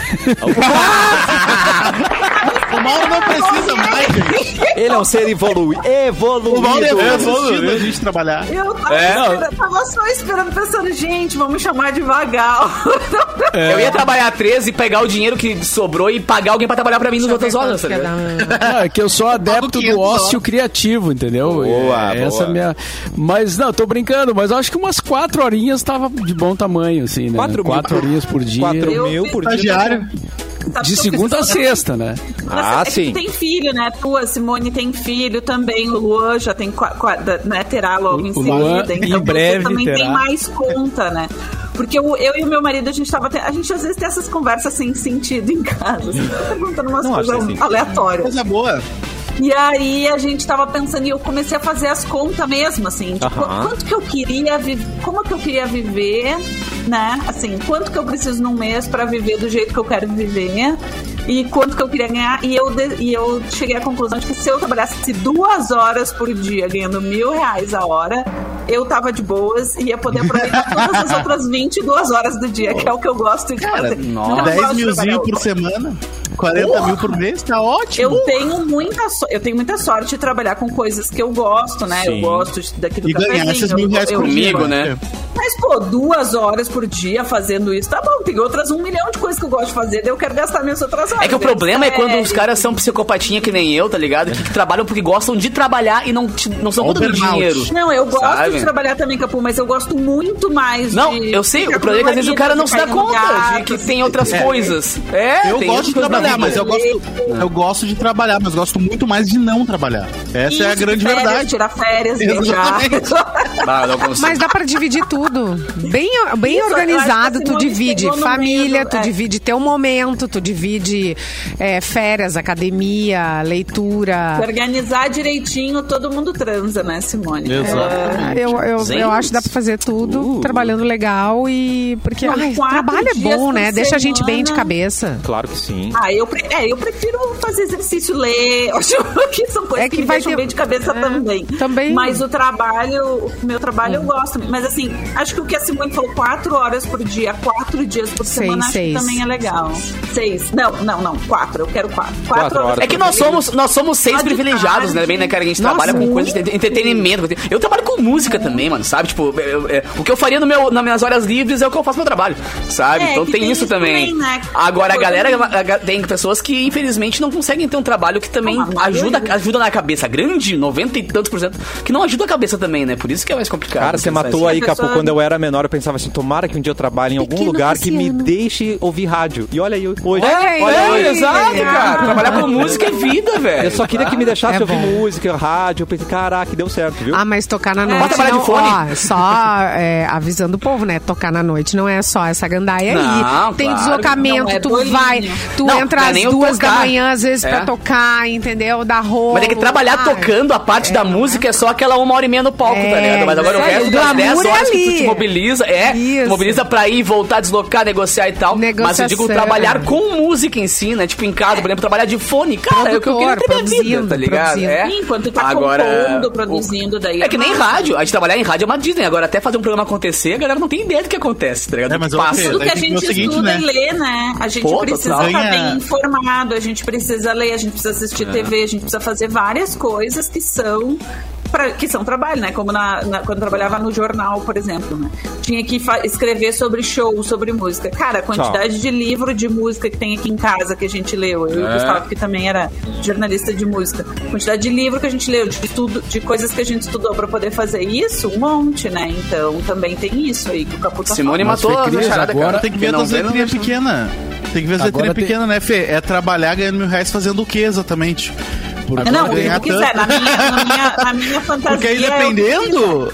[SPEAKER 8] O Mauro não precisa mais, gente.
[SPEAKER 1] Ele é um ser evolu... evoluído.
[SPEAKER 8] O Mauro é assistindo a gente trabalhar.
[SPEAKER 4] Eu tava,
[SPEAKER 7] É, não.
[SPEAKER 4] esperando, tava só esperando, pensando, gente, vamos me chamar de vagal.
[SPEAKER 8] É.
[SPEAKER 7] Eu ia trabalhar 13 e pegar o dinheiro que sobrou e pagar alguém pra trabalhar pra mim nas outras horas, tá ligado?
[SPEAKER 5] Ah, é que eu sou
[SPEAKER 4] Tá
[SPEAKER 5] adepto do
[SPEAKER 8] 500
[SPEAKER 5] ócio criativo, entendeu?
[SPEAKER 1] Boa,
[SPEAKER 5] É, Essa
[SPEAKER 1] boa.
[SPEAKER 5] é a minha. Mas não, tô brincando, mas eu acho que umas quatro horinhas tava de bom tamanho, assim, né?
[SPEAKER 1] Quatro mil-
[SPEAKER 5] quatro horinhas por dia.
[SPEAKER 1] Quatro
[SPEAKER 4] Eu-
[SPEAKER 1] mil por dia.
[SPEAKER 8] Estagiário.
[SPEAKER 4] Sabe que
[SPEAKER 5] De
[SPEAKER 4] eu
[SPEAKER 5] segunda a
[SPEAKER 4] fiz-
[SPEAKER 5] sexta, né?
[SPEAKER 1] Ah,
[SPEAKER 4] é que
[SPEAKER 1] sim.
[SPEAKER 4] tu tem filho, né? Tu, a Simone tem filho também, o Luan já tem, qua- qua- da- né, terá logo em
[SPEAKER 5] O Luan,
[SPEAKER 4] seguida.
[SPEAKER 5] em
[SPEAKER 4] Então
[SPEAKER 5] breve,
[SPEAKER 4] você também tem
[SPEAKER 5] terá.
[SPEAKER 4] mais conta, né? Porque eu, eu e o meu marido, a gente tava. te- A gente às vezes tem essas conversas sem sentido em casa. assim, Perguntando umas
[SPEAKER 1] Não acho
[SPEAKER 4] coisas
[SPEAKER 1] assim.
[SPEAKER 4] aleatórias.
[SPEAKER 8] Coisa boa.
[SPEAKER 4] E aí a gente tava pensando, e eu comecei a fazer as contas mesmo, assim, tipo,
[SPEAKER 1] Aham.
[SPEAKER 4] quanto que eu queria viver, como que eu queria viver, né? Assim, quanto que eu preciso num mês pra viver do jeito que eu quero viver e quanto que eu queria ganhar. E eu, de- e eu cheguei à conclusão de que se eu trabalhasse duas horas por dia, ganhando mil reais a hora, eu tava de boas e ia poder aproveitar todas as outras 22 horas do dia, que é o que eu gosto de fazer.
[SPEAKER 7] nossa.
[SPEAKER 4] Não gosto
[SPEAKER 8] Dez
[SPEAKER 4] de trabalhar
[SPEAKER 8] milzinho por
[SPEAKER 4] outro.
[SPEAKER 8] semana. 40 mil por mês, tá ótimo.
[SPEAKER 7] Tipo,
[SPEAKER 4] Eu tenho, muita so- eu tenho muita sorte de trabalhar com coisas que eu gosto, né?
[SPEAKER 1] Sim.
[SPEAKER 4] Eu gosto de- daqui do
[SPEAKER 8] E ganhar
[SPEAKER 4] cafezinho,
[SPEAKER 8] esses mil
[SPEAKER 4] eu-
[SPEAKER 8] reais
[SPEAKER 4] eu-
[SPEAKER 8] comigo,
[SPEAKER 7] comigo, né?
[SPEAKER 8] né?
[SPEAKER 4] Mas, pô, duas horas por dia fazendo isso, tá bom. Tem outras um milhão de coisas que eu gosto de fazer, daí eu quero gastar minhas outras
[SPEAKER 8] um.
[SPEAKER 4] horas.
[SPEAKER 7] É que o
[SPEAKER 4] né?
[SPEAKER 7] problema é quando
[SPEAKER 4] Série.
[SPEAKER 7] os caras são psicopatinha que nem eu, tá ligado? Que, que trabalham porque gostam de trabalhar e não, te- não são
[SPEAKER 8] Ó o
[SPEAKER 7] contra o
[SPEAKER 8] burnout.
[SPEAKER 7] dinheiro.
[SPEAKER 4] Não, eu gosto
[SPEAKER 7] Sabe?
[SPEAKER 4] de trabalhar também, Capu, mas eu gosto muito mais
[SPEAKER 7] Não,
[SPEAKER 4] de
[SPEAKER 7] eu sei,
[SPEAKER 4] ficar
[SPEAKER 7] o problema é que às vezes o
[SPEAKER 4] com
[SPEAKER 7] cara não
[SPEAKER 4] meu
[SPEAKER 7] se dá
[SPEAKER 4] marido,
[SPEAKER 7] conta
[SPEAKER 4] ficar com
[SPEAKER 7] de que
[SPEAKER 4] gatos.
[SPEAKER 7] tem outras
[SPEAKER 8] É.
[SPEAKER 7] coisas. É,
[SPEAKER 8] Eu gosto
[SPEAKER 7] tem
[SPEAKER 8] de
[SPEAKER 7] outras coisas na
[SPEAKER 8] trabalhar,
[SPEAKER 7] vida.
[SPEAKER 8] mas eu gosto, eu gosto de trabalhar, mas gosto muito mais de não trabalhar. Essa é a
[SPEAKER 4] Isso,
[SPEAKER 8] grande
[SPEAKER 4] férias,
[SPEAKER 8] verdade.
[SPEAKER 4] Tirar férias, viajar.
[SPEAKER 8] Exatamente.
[SPEAKER 7] Ah, não consigo.
[SPEAKER 2] Mas dá pra dividir tudo. Bem, bem
[SPEAKER 4] Isso, eu acho
[SPEAKER 2] organizado,
[SPEAKER 4] que a
[SPEAKER 2] tu
[SPEAKER 4] Simone
[SPEAKER 2] divide
[SPEAKER 4] pegou no
[SPEAKER 2] família,
[SPEAKER 4] meio,
[SPEAKER 2] tu
[SPEAKER 4] é.
[SPEAKER 2] divide teu momento, tu divide é, férias, academia,
[SPEAKER 4] Se
[SPEAKER 2] leitura.
[SPEAKER 4] organizar direitinho, todo mundo transa, né, Simone?
[SPEAKER 2] Ah, Eu, eu,
[SPEAKER 7] Gente.
[SPEAKER 2] eu acho que dá pra fazer tudo, trabalhando legal e. Porque
[SPEAKER 4] Não,
[SPEAKER 2] ai,
[SPEAKER 4] quatro
[SPEAKER 2] trabalho é
[SPEAKER 4] dias
[SPEAKER 2] bom,
[SPEAKER 4] por
[SPEAKER 2] né? Deixa a gente bem de
[SPEAKER 4] semana.
[SPEAKER 2] cabeça.
[SPEAKER 1] Claro que sim.
[SPEAKER 4] Ah, eu, pre- é, eu prefiro fazer exercício, ler. Eu acho que são coisas
[SPEAKER 2] É que
[SPEAKER 4] que, me
[SPEAKER 2] vai
[SPEAKER 4] deixam
[SPEAKER 2] ter-
[SPEAKER 4] bem de cabeça
[SPEAKER 2] é,
[SPEAKER 4] também.
[SPEAKER 2] também. É.
[SPEAKER 4] Mas o trabalho, o meu trabalho eu gosto. Mas assim, acho que o que a Simone falou, quatro horas por dia, quatro dias por
[SPEAKER 2] Seis,
[SPEAKER 4] semana, acho
[SPEAKER 2] seis.
[SPEAKER 4] que também é legal. Seis. Não, não, não. Quatro. Eu quero quatro. Quatro,
[SPEAKER 1] Quatro horas
[SPEAKER 7] É que nós somos, nós somos seis
[SPEAKER 4] Lá de
[SPEAKER 7] privilegiados, né?
[SPEAKER 4] tarde.
[SPEAKER 7] Bem, né, cara? Que a gente
[SPEAKER 2] Nossa,
[SPEAKER 7] trabalha com coisas de entretenimento. Eu trabalho com música também, mano, sabe? Tipo, eu- eu- o que eu faria no meu, nas minhas horas livres é o que eu faço no meu trabalho, sabe?
[SPEAKER 4] É,
[SPEAKER 7] então
[SPEAKER 4] que
[SPEAKER 7] tem,
[SPEAKER 4] tem
[SPEAKER 7] isso
[SPEAKER 4] isso
[SPEAKER 7] também.
[SPEAKER 4] também, né?
[SPEAKER 7] Agora, a
[SPEAKER 4] Todo
[SPEAKER 7] galera,
[SPEAKER 4] mundo.
[SPEAKER 7] a- a- tem pessoas que infelizmente não conseguem ter um trabalho que também
[SPEAKER 4] Ah, mas
[SPEAKER 7] ajuda,
[SPEAKER 4] eu-
[SPEAKER 7] ajuda na cabeça. Grande, 90 e tantos por cento, que não ajuda a cabeça também, né? Por isso que é mais complicado.
[SPEAKER 1] Cara, você
[SPEAKER 7] pensar
[SPEAKER 1] matou
[SPEAKER 7] isso.
[SPEAKER 1] aí,
[SPEAKER 4] pessoa-
[SPEAKER 1] Capu. Quando eu era menor, eu pensava assim: tomara que um dia eu trabalhe em algum
[SPEAKER 2] Pequeno
[SPEAKER 1] lugar que me
[SPEAKER 2] Cassiano.
[SPEAKER 1] deixe ouvir rádio. E olha aí, hoje.
[SPEAKER 7] É,
[SPEAKER 1] olha
[SPEAKER 7] é,
[SPEAKER 1] hoje.
[SPEAKER 7] exato, cara. Trabalhar com música é vida, velho.
[SPEAKER 1] Eu só queria que me deixasse
[SPEAKER 2] É
[SPEAKER 1] ouvir
[SPEAKER 2] bom.
[SPEAKER 1] música, rádio. Eu pensei, caraca, deu certo, viu?
[SPEAKER 2] Ah, mas tocar na noite.
[SPEAKER 7] Bota bala de
[SPEAKER 2] não-
[SPEAKER 7] fone.
[SPEAKER 2] ó, só é, avisando o povo, né? Tocar na noite não é só essa gandaia
[SPEAKER 7] Não,
[SPEAKER 2] aí. Tem
[SPEAKER 7] claro.
[SPEAKER 2] deslocamento,
[SPEAKER 4] Não é
[SPEAKER 2] tu
[SPEAKER 4] bolinho.
[SPEAKER 2] vai, tu
[SPEAKER 7] Não,
[SPEAKER 2] entra
[SPEAKER 7] não é
[SPEAKER 2] às
[SPEAKER 7] nem o
[SPEAKER 2] duas da
[SPEAKER 7] tocar.
[SPEAKER 2] manhã, às vezes,
[SPEAKER 7] É.
[SPEAKER 2] pra tocar, entendeu? Da roupa. Ah,
[SPEAKER 7] Mas é que trabalhar tocando a parte da música é só aquela uma hora e meia no palco,
[SPEAKER 2] É,
[SPEAKER 7] tá ligado? Mas agora o
[SPEAKER 2] isso aí,
[SPEAKER 7] resto
[SPEAKER 2] o
[SPEAKER 7] das
[SPEAKER 2] glamour
[SPEAKER 7] 10
[SPEAKER 2] é
[SPEAKER 7] horas que tu
[SPEAKER 2] ali.
[SPEAKER 7] te mobiliza, é,
[SPEAKER 2] Isso.
[SPEAKER 7] tu mobiliza pra ir, voltar, deslocar, negociar e tal. Mas eu
[SPEAKER 2] Negociação.
[SPEAKER 7] digo trabalhar com música em si, né? Tipo, em casa, por exemplo, trabalhar de fone, cara, é o que eu quero ter minha vida,
[SPEAKER 2] Produtor,
[SPEAKER 7] tá ligado?
[SPEAKER 2] produzindo.
[SPEAKER 7] É.
[SPEAKER 4] Sim, enquanto tá compondo, produzindo, daí
[SPEAKER 7] É
[SPEAKER 4] é
[SPEAKER 7] que nem
[SPEAKER 4] massa.
[SPEAKER 7] rádio. A gente trabalhar em rádio é uma Disney. Agora, até fazer um programa acontecer, a galera não tem ideia do que acontece, tá ligado?
[SPEAKER 8] É,
[SPEAKER 7] Do
[SPEAKER 8] mas
[SPEAKER 7] que
[SPEAKER 8] eu
[SPEAKER 7] passa.
[SPEAKER 8] sei.
[SPEAKER 4] Tudo que
[SPEAKER 8] Daí
[SPEAKER 4] a
[SPEAKER 8] tem que ver
[SPEAKER 4] gente
[SPEAKER 8] o seguinte,
[SPEAKER 4] estuda
[SPEAKER 8] né?
[SPEAKER 4] e lê, né? A gente
[SPEAKER 7] Pô,
[SPEAKER 4] precisa
[SPEAKER 7] total.
[SPEAKER 4] estar
[SPEAKER 8] Ganha-
[SPEAKER 4] bem informado, a gente precisa ler, a gente precisa assistir TV, a gente precisa fazer várias coisas que são. pra- que são trabalho, né? Como na, na- quando eu trabalhava no jornal, por exemplo, né? Tinha que fa- escrever sobre show, sobre música. Cara, a quantidade de livro de música que tem aqui em casa que a gente leu. Eu e o Gustavo, que também era jornalista de música. Quantidade de livro que a gente leu, de estudo, de coisas que a gente estudou pra poder fazer isso, um monte, né? Então também tem isso aí que o Capu tá
[SPEAKER 7] Simone
[SPEAKER 5] Mas
[SPEAKER 7] matou
[SPEAKER 5] foi
[SPEAKER 7] a
[SPEAKER 5] crise,
[SPEAKER 7] charada,
[SPEAKER 5] agora
[SPEAKER 7] cara.
[SPEAKER 8] Tem que
[SPEAKER 7] Quem
[SPEAKER 8] ver
[SPEAKER 7] não
[SPEAKER 8] as
[SPEAKER 7] vê, não
[SPEAKER 8] letrinhas
[SPEAKER 7] vê.
[SPEAKER 8] pequenas. Tem que ver as
[SPEAKER 5] Agora
[SPEAKER 8] letrinhas
[SPEAKER 5] tem-
[SPEAKER 8] pequenas, né, Fê? É trabalhar ganhando mil reais fazendo o quê, exatamente? Por
[SPEAKER 4] Não, o que
[SPEAKER 8] ganhar
[SPEAKER 4] tu quiser. Na minha, na minha, na minha fantasia. é
[SPEAKER 8] Porque aí
[SPEAKER 4] eu-
[SPEAKER 8] dependendo...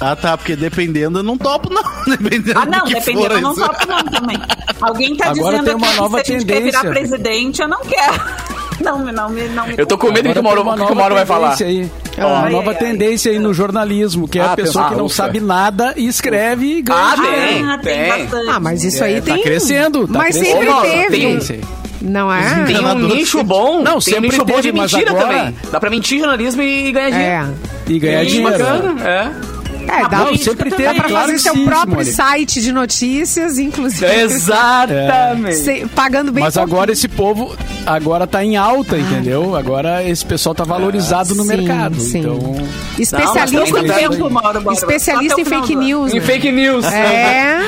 [SPEAKER 8] Ah, tá, porque dependendo eu não topo, não. Dependendo
[SPEAKER 4] Ah, não,
[SPEAKER 8] do que
[SPEAKER 4] dependendo,
[SPEAKER 8] for,
[SPEAKER 4] eu não
[SPEAKER 8] isso.
[SPEAKER 4] topo não também. Alguém tá
[SPEAKER 5] Agora
[SPEAKER 4] dizendo
[SPEAKER 5] tem uma
[SPEAKER 4] aqui que
[SPEAKER 5] nova
[SPEAKER 4] se a gente quer
[SPEAKER 5] tendência.
[SPEAKER 4] virar presidente, eu não quero. Não, me- não, me- não. me-
[SPEAKER 7] Eu tô com medo do é que o
[SPEAKER 5] Agora
[SPEAKER 7] Mauro,
[SPEAKER 5] tem uma
[SPEAKER 7] que
[SPEAKER 5] nova
[SPEAKER 7] o Mauro vai falar.
[SPEAKER 5] tendência Aí. É
[SPEAKER 4] Ó.
[SPEAKER 5] uma
[SPEAKER 2] Ah,
[SPEAKER 4] Ai,
[SPEAKER 5] nova
[SPEAKER 4] ai,
[SPEAKER 5] tendência aí no jornalismo, que é
[SPEAKER 1] Ah,
[SPEAKER 5] a pessoa que
[SPEAKER 7] pessoal,
[SPEAKER 5] não
[SPEAKER 7] ufa.
[SPEAKER 5] sabe nada e escreve e ganha
[SPEAKER 7] Ah,
[SPEAKER 5] dinheiro.
[SPEAKER 7] tem,
[SPEAKER 4] Ah, tem,
[SPEAKER 7] tem.
[SPEAKER 4] bastante.
[SPEAKER 2] Ah, mas isso aí
[SPEAKER 5] É,
[SPEAKER 2] tem.
[SPEAKER 5] Tá crescendo. Tá
[SPEAKER 2] mas
[SPEAKER 5] crescendo.
[SPEAKER 2] sempre
[SPEAKER 7] Ô, Mauro,
[SPEAKER 2] teve.
[SPEAKER 7] tem-
[SPEAKER 2] Não é?
[SPEAKER 7] Tem um
[SPEAKER 8] Enganador
[SPEAKER 7] nicho
[SPEAKER 8] que-
[SPEAKER 7] bom.
[SPEAKER 5] Não,
[SPEAKER 7] tem um
[SPEAKER 5] sempre
[SPEAKER 7] nicho bom de
[SPEAKER 5] teve, mas
[SPEAKER 7] mentira
[SPEAKER 5] agora-
[SPEAKER 7] também. Dá pra mentir jornalismo e ganhar
[SPEAKER 2] É.
[SPEAKER 7] dinheiro.
[SPEAKER 5] E ganha
[SPEAKER 7] Isso é
[SPEAKER 5] dinheiro.
[SPEAKER 7] bacana,
[SPEAKER 2] É,
[SPEAKER 7] Tá
[SPEAKER 2] dá,
[SPEAKER 5] Não, sempre teve.
[SPEAKER 2] dá pra
[SPEAKER 5] claro
[SPEAKER 2] fazer
[SPEAKER 5] que
[SPEAKER 2] seu
[SPEAKER 5] sim,
[SPEAKER 2] próprio
[SPEAKER 5] Simone.
[SPEAKER 2] site de notícias, inclusive.
[SPEAKER 7] É. Exatamente.
[SPEAKER 2] Se- pagando bem
[SPEAKER 5] Mas
[SPEAKER 2] pouquinho. Ah.
[SPEAKER 5] agora esse povo agora tá em alta, entendeu? Agora esse pessoal tá valorizado no
[SPEAKER 2] Sim,
[SPEAKER 5] mercado.
[SPEAKER 2] sim.
[SPEAKER 5] Então,
[SPEAKER 2] Especialista
[SPEAKER 7] Não, mas
[SPEAKER 2] em
[SPEAKER 7] tem um
[SPEAKER 2] fake,
[SPEAKER 5] tempo,
[SPEAKER 4] um Mauro, Mauro.
[SPEAKER 2] especialista
[SPEAKER 4] Até
[SPEAKER 2] em
[SPEAKER 4] o final
[SPEAKER 2] fake
[SPEAKER 4] do ano.
[SPEAKER 2] news.
[SPEAKER 7] Em
[SPEAKER 2] né?
[SPEAKER 7] fake news.
[SPEAKER 2] É.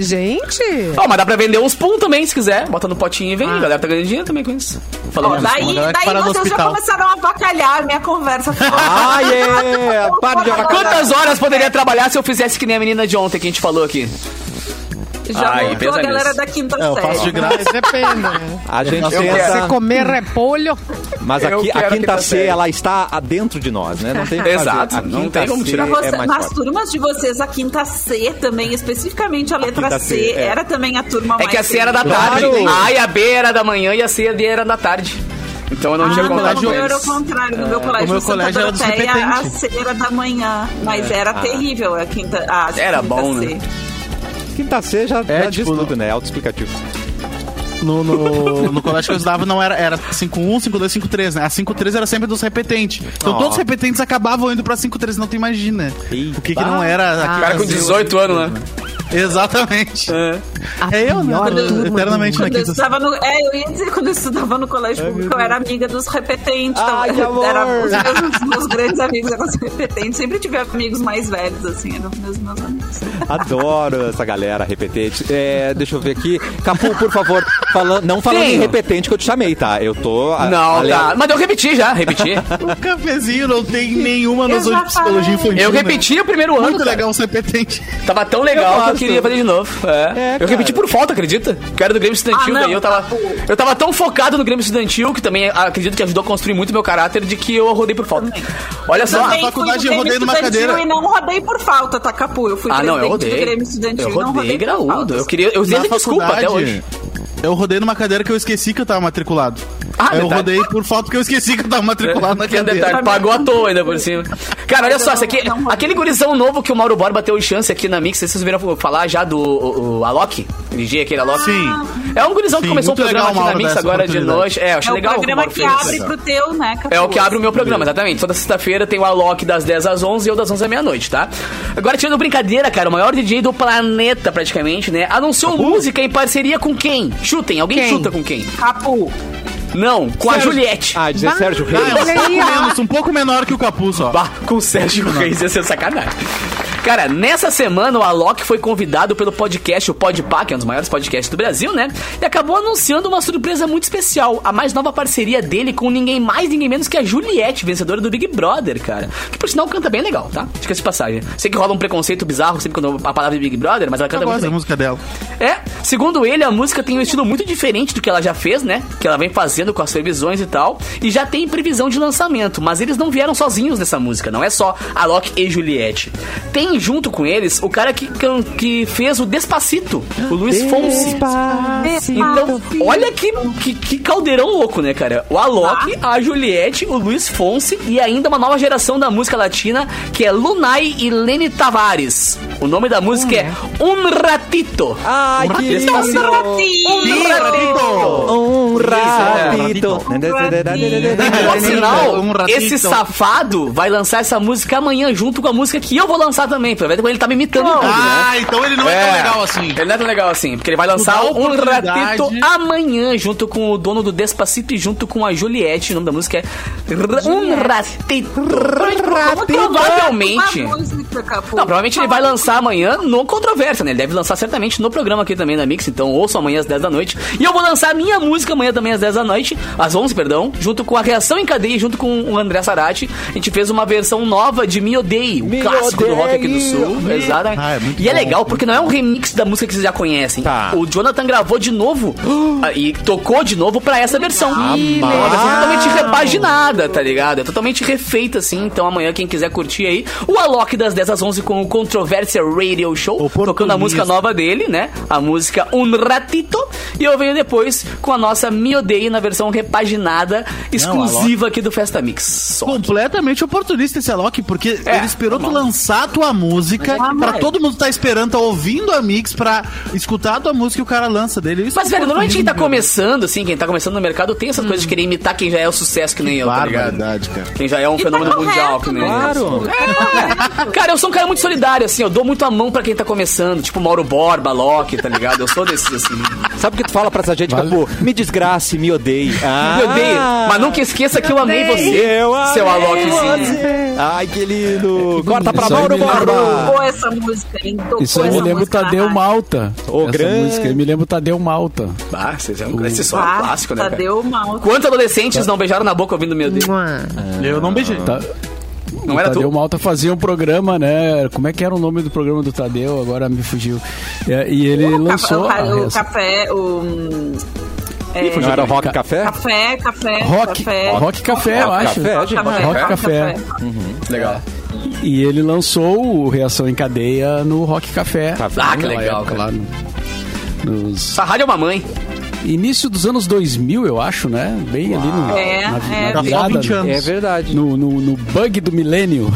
[SPEAKER 2] Gente.
[SPEAKER 7] Ó, mas dá pra vender uns pum também, se quiser. Bota no potinho e vem. A galera tá ganhando dinheiro também com isso.
[SPEAKER 4] Ó,
[SPEAKER 7] Falando
[SPEAKER 4] daí
[SPEAKER 8] galera que
[SPEAKER 4] daí
[SPEAKER 8] para no
[SPEAKER 4] vocês já
[SPEAKER 8] hospital.
[SPEAKER 4] começaram a avacalhar a minha conversa.
[SPEAKER 1] Ah, é! Para de avacalhar.
[SPEAKER 7] Quantas horas poderia trabalhar se eu fizesse que nem a menina de ontem que a gente falou aqui?
[SPEAKER 4] Já
[SPEAKER 7] Ai,
[SPEAKER 4] voltou
[SPEAKER 7] pensa
[SPEAKER 4] a galera
[SPEAKER 7] nisso.
[SPEAKER 4] da quinta
[SPEAKER 8] É, eu faço de
[SPEAKER 4] série.
[SPEAKER 8] graça.
[SPEAKER 1] A gente
[SPEAKER 8] Eu
[SPEAKER 2] Você
[SPEAKER 1] tenta.
[SPEAKER 2] comer repolho.
[SPEAKER 1] Mas
[SPEAKER 7] Eu
[SPEAKER 1] aqui, a
[SPEAKER 7] quero
[SPEAKER 1] quinta C,
[SPEAKER 7] quinta série.
[SPEAKER 1] ela está dentro de nós, né? Não tem o que fazer.
[SPEAKER 7] Exato,
[SPEAKER 1] A
[SPEAKER 7] não
[SPEAKER 1] quinta
[SPEAKER 7] tem como
[SPEAKER 1] C
[SPEAKER 7] tirar.
[SPEAKER 4] Pra você-
[SPEAKER 1] É mais
[SPEAKER 4] nas
[SPEAKER 1] forte.
[SPEAKER 4] turmas de vocês, a quinta C também, especificamente a letra
[SPEAKER 1] quinta
[SPEAKER 4] C,
[SPEAKER 1] C, é.
[SPEAKER 4] era também a turma
[SPEAKER 7] É
[SPEAKER 4] mais
[SPEAKER 7] que a C era da tarde.
[SPEAKER 1] Claro.
[SPEAKER 7] A A e a B era da manhã e a C e a D era da tarde. Então eu É, não
[SPEAKER 4] Ah,
[SPEAKER 7] tinha
[SPEAKER 4] não,
[SPEAKER 7] contato
[SPEAKER 4] no
[SPEAKER 7] com
[SPEAKER 4] meu era o
[SPEAKER 7] eles.
[SPEAKER 4] contrário. No meu colégio,
[SPEAKER 8] O meu
[SPEAKER 4] de Santa
[SPEAKER 8] colégio era dos
[SPEAKER 4] Doroteia, a
[SPEAKER 8] repetentes.
[SPEAKER 4] C era da manhã. Mas era terrível a quinta. A
[SPEAKER 7] É. Ah. Era
[SPEAKER 4] quinta
[SPEAKER 7] bom,
[SPEAKER 4] C.
[SPEAKER 7] né?
[SPEAKER 1] Quinta C já, já
[SPEAKER 8] É,
[SPEAKER 1] diz
[SPEAKER 8] tipo,
[SPEAKER 1] tudo, né? Autoexplicativo.
[SPEAKER 8] No, no, no colégio que eu estudava não era, era 51, 52, 53, né? A 53 era sempre dos repetentes. Então todos os né? repetentes acabavam indo pra 53, não tu imagina. O que, que não era
[SPEAKER 7] O cara com 18 Tá anos, né?
[SPEAKER 8] Exatamente. É,
[SPEAKER 6] A
[SPEAKER 8] eu, né?
[SPEAKER 6] pior
[SPEAKER 8] Quando-
[SPEAKER 6] turma
[SPEAKER 8] Eternamente
[SPEAKER 6] do
[SPEAKER 8] na
[SPEAKER 4] Quando eu
[SPEAKER 8] quinta
[SPEAKER 4] estudava no, é, eu ia dizer, quando eu estudava no colégio público, eu era amiga dos repetentes. então
[SPEAKER 1] Ai, que amor!
[SPEAKER 4] era, os meus, meus grandes amigos eram os repetentes. Sempre tive amigos mais velhos, assim, eram os meus, meus amigos.
[SPEAKER 1] Adoro essa galera repetente. É, deixa eu ver aqui. Capu, por favor, falan- não falando em
[SPEAKER 7] Tenho.
[SPEAKER 1] repetente que eu te chamei, tá? Eu tô. a-
[SPEAKER 7] Não,
[SPEAKER 1] ale-
[SPEAKER 7] tá. Mas eu repeti já, repeti.
[SPEAKER 8] O cafezinho não tem nenhuma
[SPEAKER 4] Eu
[SPEAKER 8] noção
[SPEAKER 4] já
[SPEAKER 8] de psicologia
[SPEAKER 4] falei.
[SPEAKER 8] infantil.
[SPEAKER 7] Eu
[SPEAKER 8] né?
[SPEAKER 7] repeti o primeiro ano.
[SPEAKER 8] Muito
[SPEAKER 7] cara.
[SPEAKER 8] legal ser petente.
[SPEAKER 7] Tava tão
[SPEAKER 1] Eu
[SPEAKER 7] legal que eu
[SPEAKER 1] gosto.
[SPEAKER 7] queria fazer de novo. É. eu repeti por falta, acredita? Que eu era do Grêmio Estudantil,
[SPEAKER 4] Ah, não,
[SPEAKER 7] daí eu tava.
[SPEAKER 4] Capu.
[SPEAKER 7] Eu tava tão focado no Grêmio Estudantil, que também acredito que ajudou a construir muito meu caráter, de que eu rodei por falta. Olha só.
[SPEAKER 4] Também fui do
[SPEAKER 8] faculdade eu
[SPEAKER 4] Grêmio
[SPEAKER 8] rodei numa
[SPEAKER 4] Estudantil
[SPEAKER 8] cadeira.
[SPEAKER 4] E não rodei por falta, tá, Capu? Eu fui
[SPEAKER 7] Ah, não, eu
[SPEAKER 4] presidente do
[SPEAKER 7] rodei.
[SPEAKER 4] Grêmio Estudantil.
[SPEAKER 7] Eu
[SPEAKER 4] e não
[SPEAKER 7] rodei
[SPEAKER 4] por
[SPEAKER 7] graúdo.
[SPEAKER 4] falta. assim.
[SPEAKER 7] Eu queria. Eu dei
[SPEAKER 8] Na
[SPEAKER 7] desculpa até
[SPEAKER 8] faculdade,
[SPEAKER 7] hoje.
[SPEAKER 8] Eu rodei numa cadeira que eu esqueci que eu tava matriculado.
[SPEAKER 7] Ah,
[SPEAKER 8] eu
[SPEAKER 7] detalhe.
[SPEAKER 8] rodei por falta que eu esqueci que eu tava matriculado na
[SPEAKER 7] Que é um
[SPEAKER 8] cadeira.
[SPEAKER 7] detalhe, pagou à toa ainda por cima. Cara, olha só, esse aqui,
[SPEAKER 4] Não, não.
[SPEAKER 7] aquele gurizão novo que o Mauro Borba teve chance aqui na Mix, vocês viram falar já do o, o Alok? DJ aquele Alok?
[SPEAKER 8] Sim.
[SPEAKER 7] É um gurizão que
[SPEAKER 8] Sim,
[SPEAKER 7] começou um
[SPEAKER 8] muito legal,
[SPEAKER 7] programa aqui na
[SPEAKER 8] Mauro,
[SPEAKER 7] Mix
[SPEAKER 8] dessa
[SPEAKER 7] agora de
[SPEAKER 8] oportunidade.
[SPEAKER 7] noite. É, eu achei
[SPEAKER 4] É o
[SPEAKER 7] legal. o
[SPEAKER 4] programa
[SPEAKER 7] Mauro
[SPEAKER 4] que
[SPEAKER 7] fez isso.
[SPEAKER 4] abre pro teu, né, Capu?
[SPEAKER 7] É o que abre o meu programa, exatamente. Toda sexta-feira tem o Alok das 10 às 11 e eu das 11 à meia-noite, tá? Agora, tirando brincadeira, cara, o maior DJ do planeta, praticamente, né? Anunciou música em parceria com quem? Chutem, alguém
[SPEAKER 2] Quem?
[SPEAKER 7] chuta com quem?
[SPEAKER 4] Capu.
[SPEAKER 7] Não, com a
[SPEAKER 1] Sérgio-
[SPEAKER 7] Juliette.
[SPEAKER 1] Ah, dizer Sérgio Reis.
[SPEAKER 8] Ah, é um
[SPEAKER 2] Olha
[SPEAKER 8] pouco
[SPEAKER 2] aí, ó.
[SPEAKER 8] menos, um pouco menor que o capuz, ó.
[SPEAKER 7] Bah, com o Sérgio Reis ia ser sacanagem. Cara, nessa semana o Alok foi convidado pelo podcast, o Podpah, que é um dos maiores podcasts do Brasil, né? E acabou anunciando uma surpresa muito especial, a mais nova parceria dele com ninguém mais, ninguém menos que a Juliette, vencedora do Big Brother, cara. Que por sinal canta bem legal, tá? Diga de passagem. Sei que rola um preconceito bizarro sempre quando a palavra é Big Brother, mas ela canta
[SPEAKER 8] eu
[SPEAKER 7] muito
[SPEAKER 8] gosto da
[SPEAKER 7] bem.
[SPEAKER 8] música dela.
[SPEAKER 7] É, segundo ele, a música tem um estilo muito diferente do que ela já fez, né? Que ela vem fazendo com as previsões e tal. E já tem previsão de lançamento, mas eles não vieram sozinhos nessa música, não é só Alok e Juliette. Tem junto com eles o cara que, can- que fez o Despacito, o Luiz Fonsi. Então, olha que, que, que caldeirão louco, né, cara? O Alok,
[SPEAKER 1] Ah.
[SPEAKER 7] a Juliette, o Luiz Fonsi e ainda uma nova geração da música latina, que é Lunay e Lene Tavares. O nome da música é Um Ratito. é
[SPEAKER 1] Ai, que lindo.
[SPEAKER 7] Um ratito.
[SPEAKER 1] Um rapito.
[SPEAKER 7] Por sinal,
[SPEAKER 8] Um ratito.
[SPEAKER 7] esse safado vai lançar essa música amanhã junto com a música que eu vou lançar também. Pra ver como ele tá me imitando em tudo, né?
[SPEAKER 8] Ah, então ele não é, tão legal assim.
[SPEAKER 7] Ele não é tão legal assim, porque ele vai lançar
[SPEAKER 8] dá a
[SPEAKER 7] um
[SPEAKER 8] oportunidade.
[SPEAKER 7] ratito amanhã, junto com o dono do Despacito e junto com a Juliette. O nome da música é Ra- Um Ratito. Provavelmente.
[SPEAKER 4] Uma música, Capu.
[SPEAKER 7] Não, provavelmente ele vai lançar amanhã no Controvérsia, né? Ele deve lançar certamente no programa aqui também da Mix, então ouçam amanhã às 10 da noite. E eu vou lançar a minha música amanhã também às 10 da noite, às 11, perdão, junto com a Reação em Cadeia, e junto com o André Sarati. A gente fez uma versão nova de Me Odeio,
[SPEAKER 1] Me
[SPEAKER 7] o clássico do rock aqui do
[SPEAKER 1] Odeio,
[SPEAKER 7] Sul.
[SPEAKER 1] me-
[SPEAKER 7] Exatamente.
[SPEAKER 8] Ah, é muito
[SPEAKER 7] e é
[SPEAKER 8] bom,
[SPEAKER 7] legal porque não é um remix da música que vocês já conhecem.
[SPEAKER 1] Tá.
[SPEAKER 7] O Jonathan gravou de novo ah, e tocou de novo pra essa versão. Então, é uma versão totalmente repaginada, tá ligado? É totalmente refeita, assim. Então amanhã, quem quiser curtir aí, o Alok das 10 às 11 com o Controvérsia Radio Show,
[SPEAKER 8] Oportunista.
[SPEAKER 7] tocando a música nova dele, né? A música Um Ratito. E eu venho depois com a nossa Me Odeie na versão repaginada, exclusiva aqui do Festa Mix. Só.
[SPEAKER 8] Completamente oportunista esse Alok, porque
[SPEAKER 7] É,
[SPEAKER 8] ele esperou tu
[SPEAKER 7] normal.
[SPEAKER 8] lançar a tua música
[SPEAKER 7] Mas é que
[SPEAKER 8] pra
[SPEAKER 7] vai.
[SPEAKER 8] todo mundo tá esperando, tá ouvindo a mix pra escutar a tua música e o cara lança dele. Isso
[SPEAKER 7] Mas,
[SPEAKER 8] é
[SPEAKER 7] velho, normalmente quem tá
[SPEAKER 8] oportunismo,
[SPEAKER 7] começando, assim, quem tá começando no mercado tem essas coisas de querer imitar quem já é o sucesso que nem eu, tá ligado?
[SPEAKER 8] Barbaridade, cara.
[SPEAKER 7] Quem já é um
[SPEAKER 4] tá
[SPEAKER 7] fenômeno
[SPEAKER 4] correto,
[SPEAKER 7] mundial, que nem
[SPEAKER 4] né?
[SPEAKER 7] eu.
[SPEAKER 1] Claro.
[SPEAKER 7] Cara, eu sou um cara muito solidário, assim, eu dou muito a mão pra quem tá começando, tipo Mauro Borba, Loki, tá ligado? Eu sou desses, assim.
[SPEAKER 1] Sabe o que tu fala pra essa gente, Capu? Me desgrace, me odeie. Ah,
[SPEAKER 7] Eu odeio, mas nunca esqueça que eu amei você,
[SPEAKER 1] Eu
[SPEAKER 7] seu
[SPEAKER 1] amei
[SPEAKER 7] Alokzinho.
[SPEAKER 1] você. Ai, que lindo. Corta pra
[SPEAKER 5] Isso aí
[SPEAKER 1] Mauro
[SPEAKER 5] me lembra-
[SPEAKER 1] Borba.
[SPEAKER 4] Tocou essa música, hein? Tocou
[SPEAKER 5] Isso aí me tá
[SPEAKER 4] essa
[SPEAKER 5] lembra o
[SPEAKER 4] música Ah, na
[SPEAKER 5] Tadeu
[SPEAKER 4] rádio.
[SPEAKER 5] Malta.
[SPEAKER 1] O
[SPEAKER 5] Essa
[SPEAKER 1] grande-
[SPEAKER 5] música aí me tá lembra o Tadeu Malta.
[SPEAKER 7] Ah, vocês é um esse som é um
[SPEAKER 4] Ah,
[SPEAKER 7] clássico, né, cara?
[SPEAKER 4] Tadeu mal.
[SPEAKER 7] Quantos adolescentes não beijaram na boca ouvindo meu Deus?
[SPEAKER 8] Eu não beijei.
[SPEAKER 5] Tá-
[SPEAKER 7] Não
[SPEAKER 5] o
[SPEAKER 7] era
[SPEAKER 5] Tadeu
[SPEAKER 7] tu?
[SPEAKER 5] Malta fazia um programa, né? Como é que era o nome do programa do Tadeu? Agora me fugiu. É, e ele
[SPEAKER 4] O café-
[SPEAKER 5] lançou.
[SPEAKER 4] o ca-
[SPEAKER 5] a
[SPEAKER 4] o,
[SPEAKER 5] reação.
[SPEAKER 4] café, o hum,
[SPEAKER 1] Não era o Rock Café?
[SPEAKER 4] café, café,
[SPEAKER 5] Rock,
[SPEAKER 4] café.
[SPEAKER 5] rock Café, eu
[SPEAKER 1] Rock
[SPEAKER 5] acho.
[SPEAKER 7] É,
[SPEAKER 1] Café, gente.
[SPEAKER 5] Rock Café.
[SPEAKER 7] Legal.
[SPEAKER 5] E ele lançou o Reação em Cadeia no Rock Café.
[SPEAKER 1] Café.
[SPEAKER 7] Ah, que
[SPEAKER 5] Naquela
[SPEAKER 7] legal,
[SPEAKER 5] época
[SPEAKER 7] cara.
[SPEAKER 5] lá no- nos
[SPEAKER 7] Essa rádio é uma mãe.
[SPEAKER 5] início dos anos 2000, eu acho, né? Bem ali no,
[SPEAKER 4] É,
[SPEAKER 5] na, vi-
[SPEAKER 4] é, bem.
[SPEAKER 5] na virada. né?
[SPEAKER 8] 20 anos.
[SPEAKER 1] É verdade.
[SPEAKER 5] No, no, no bug do milênio.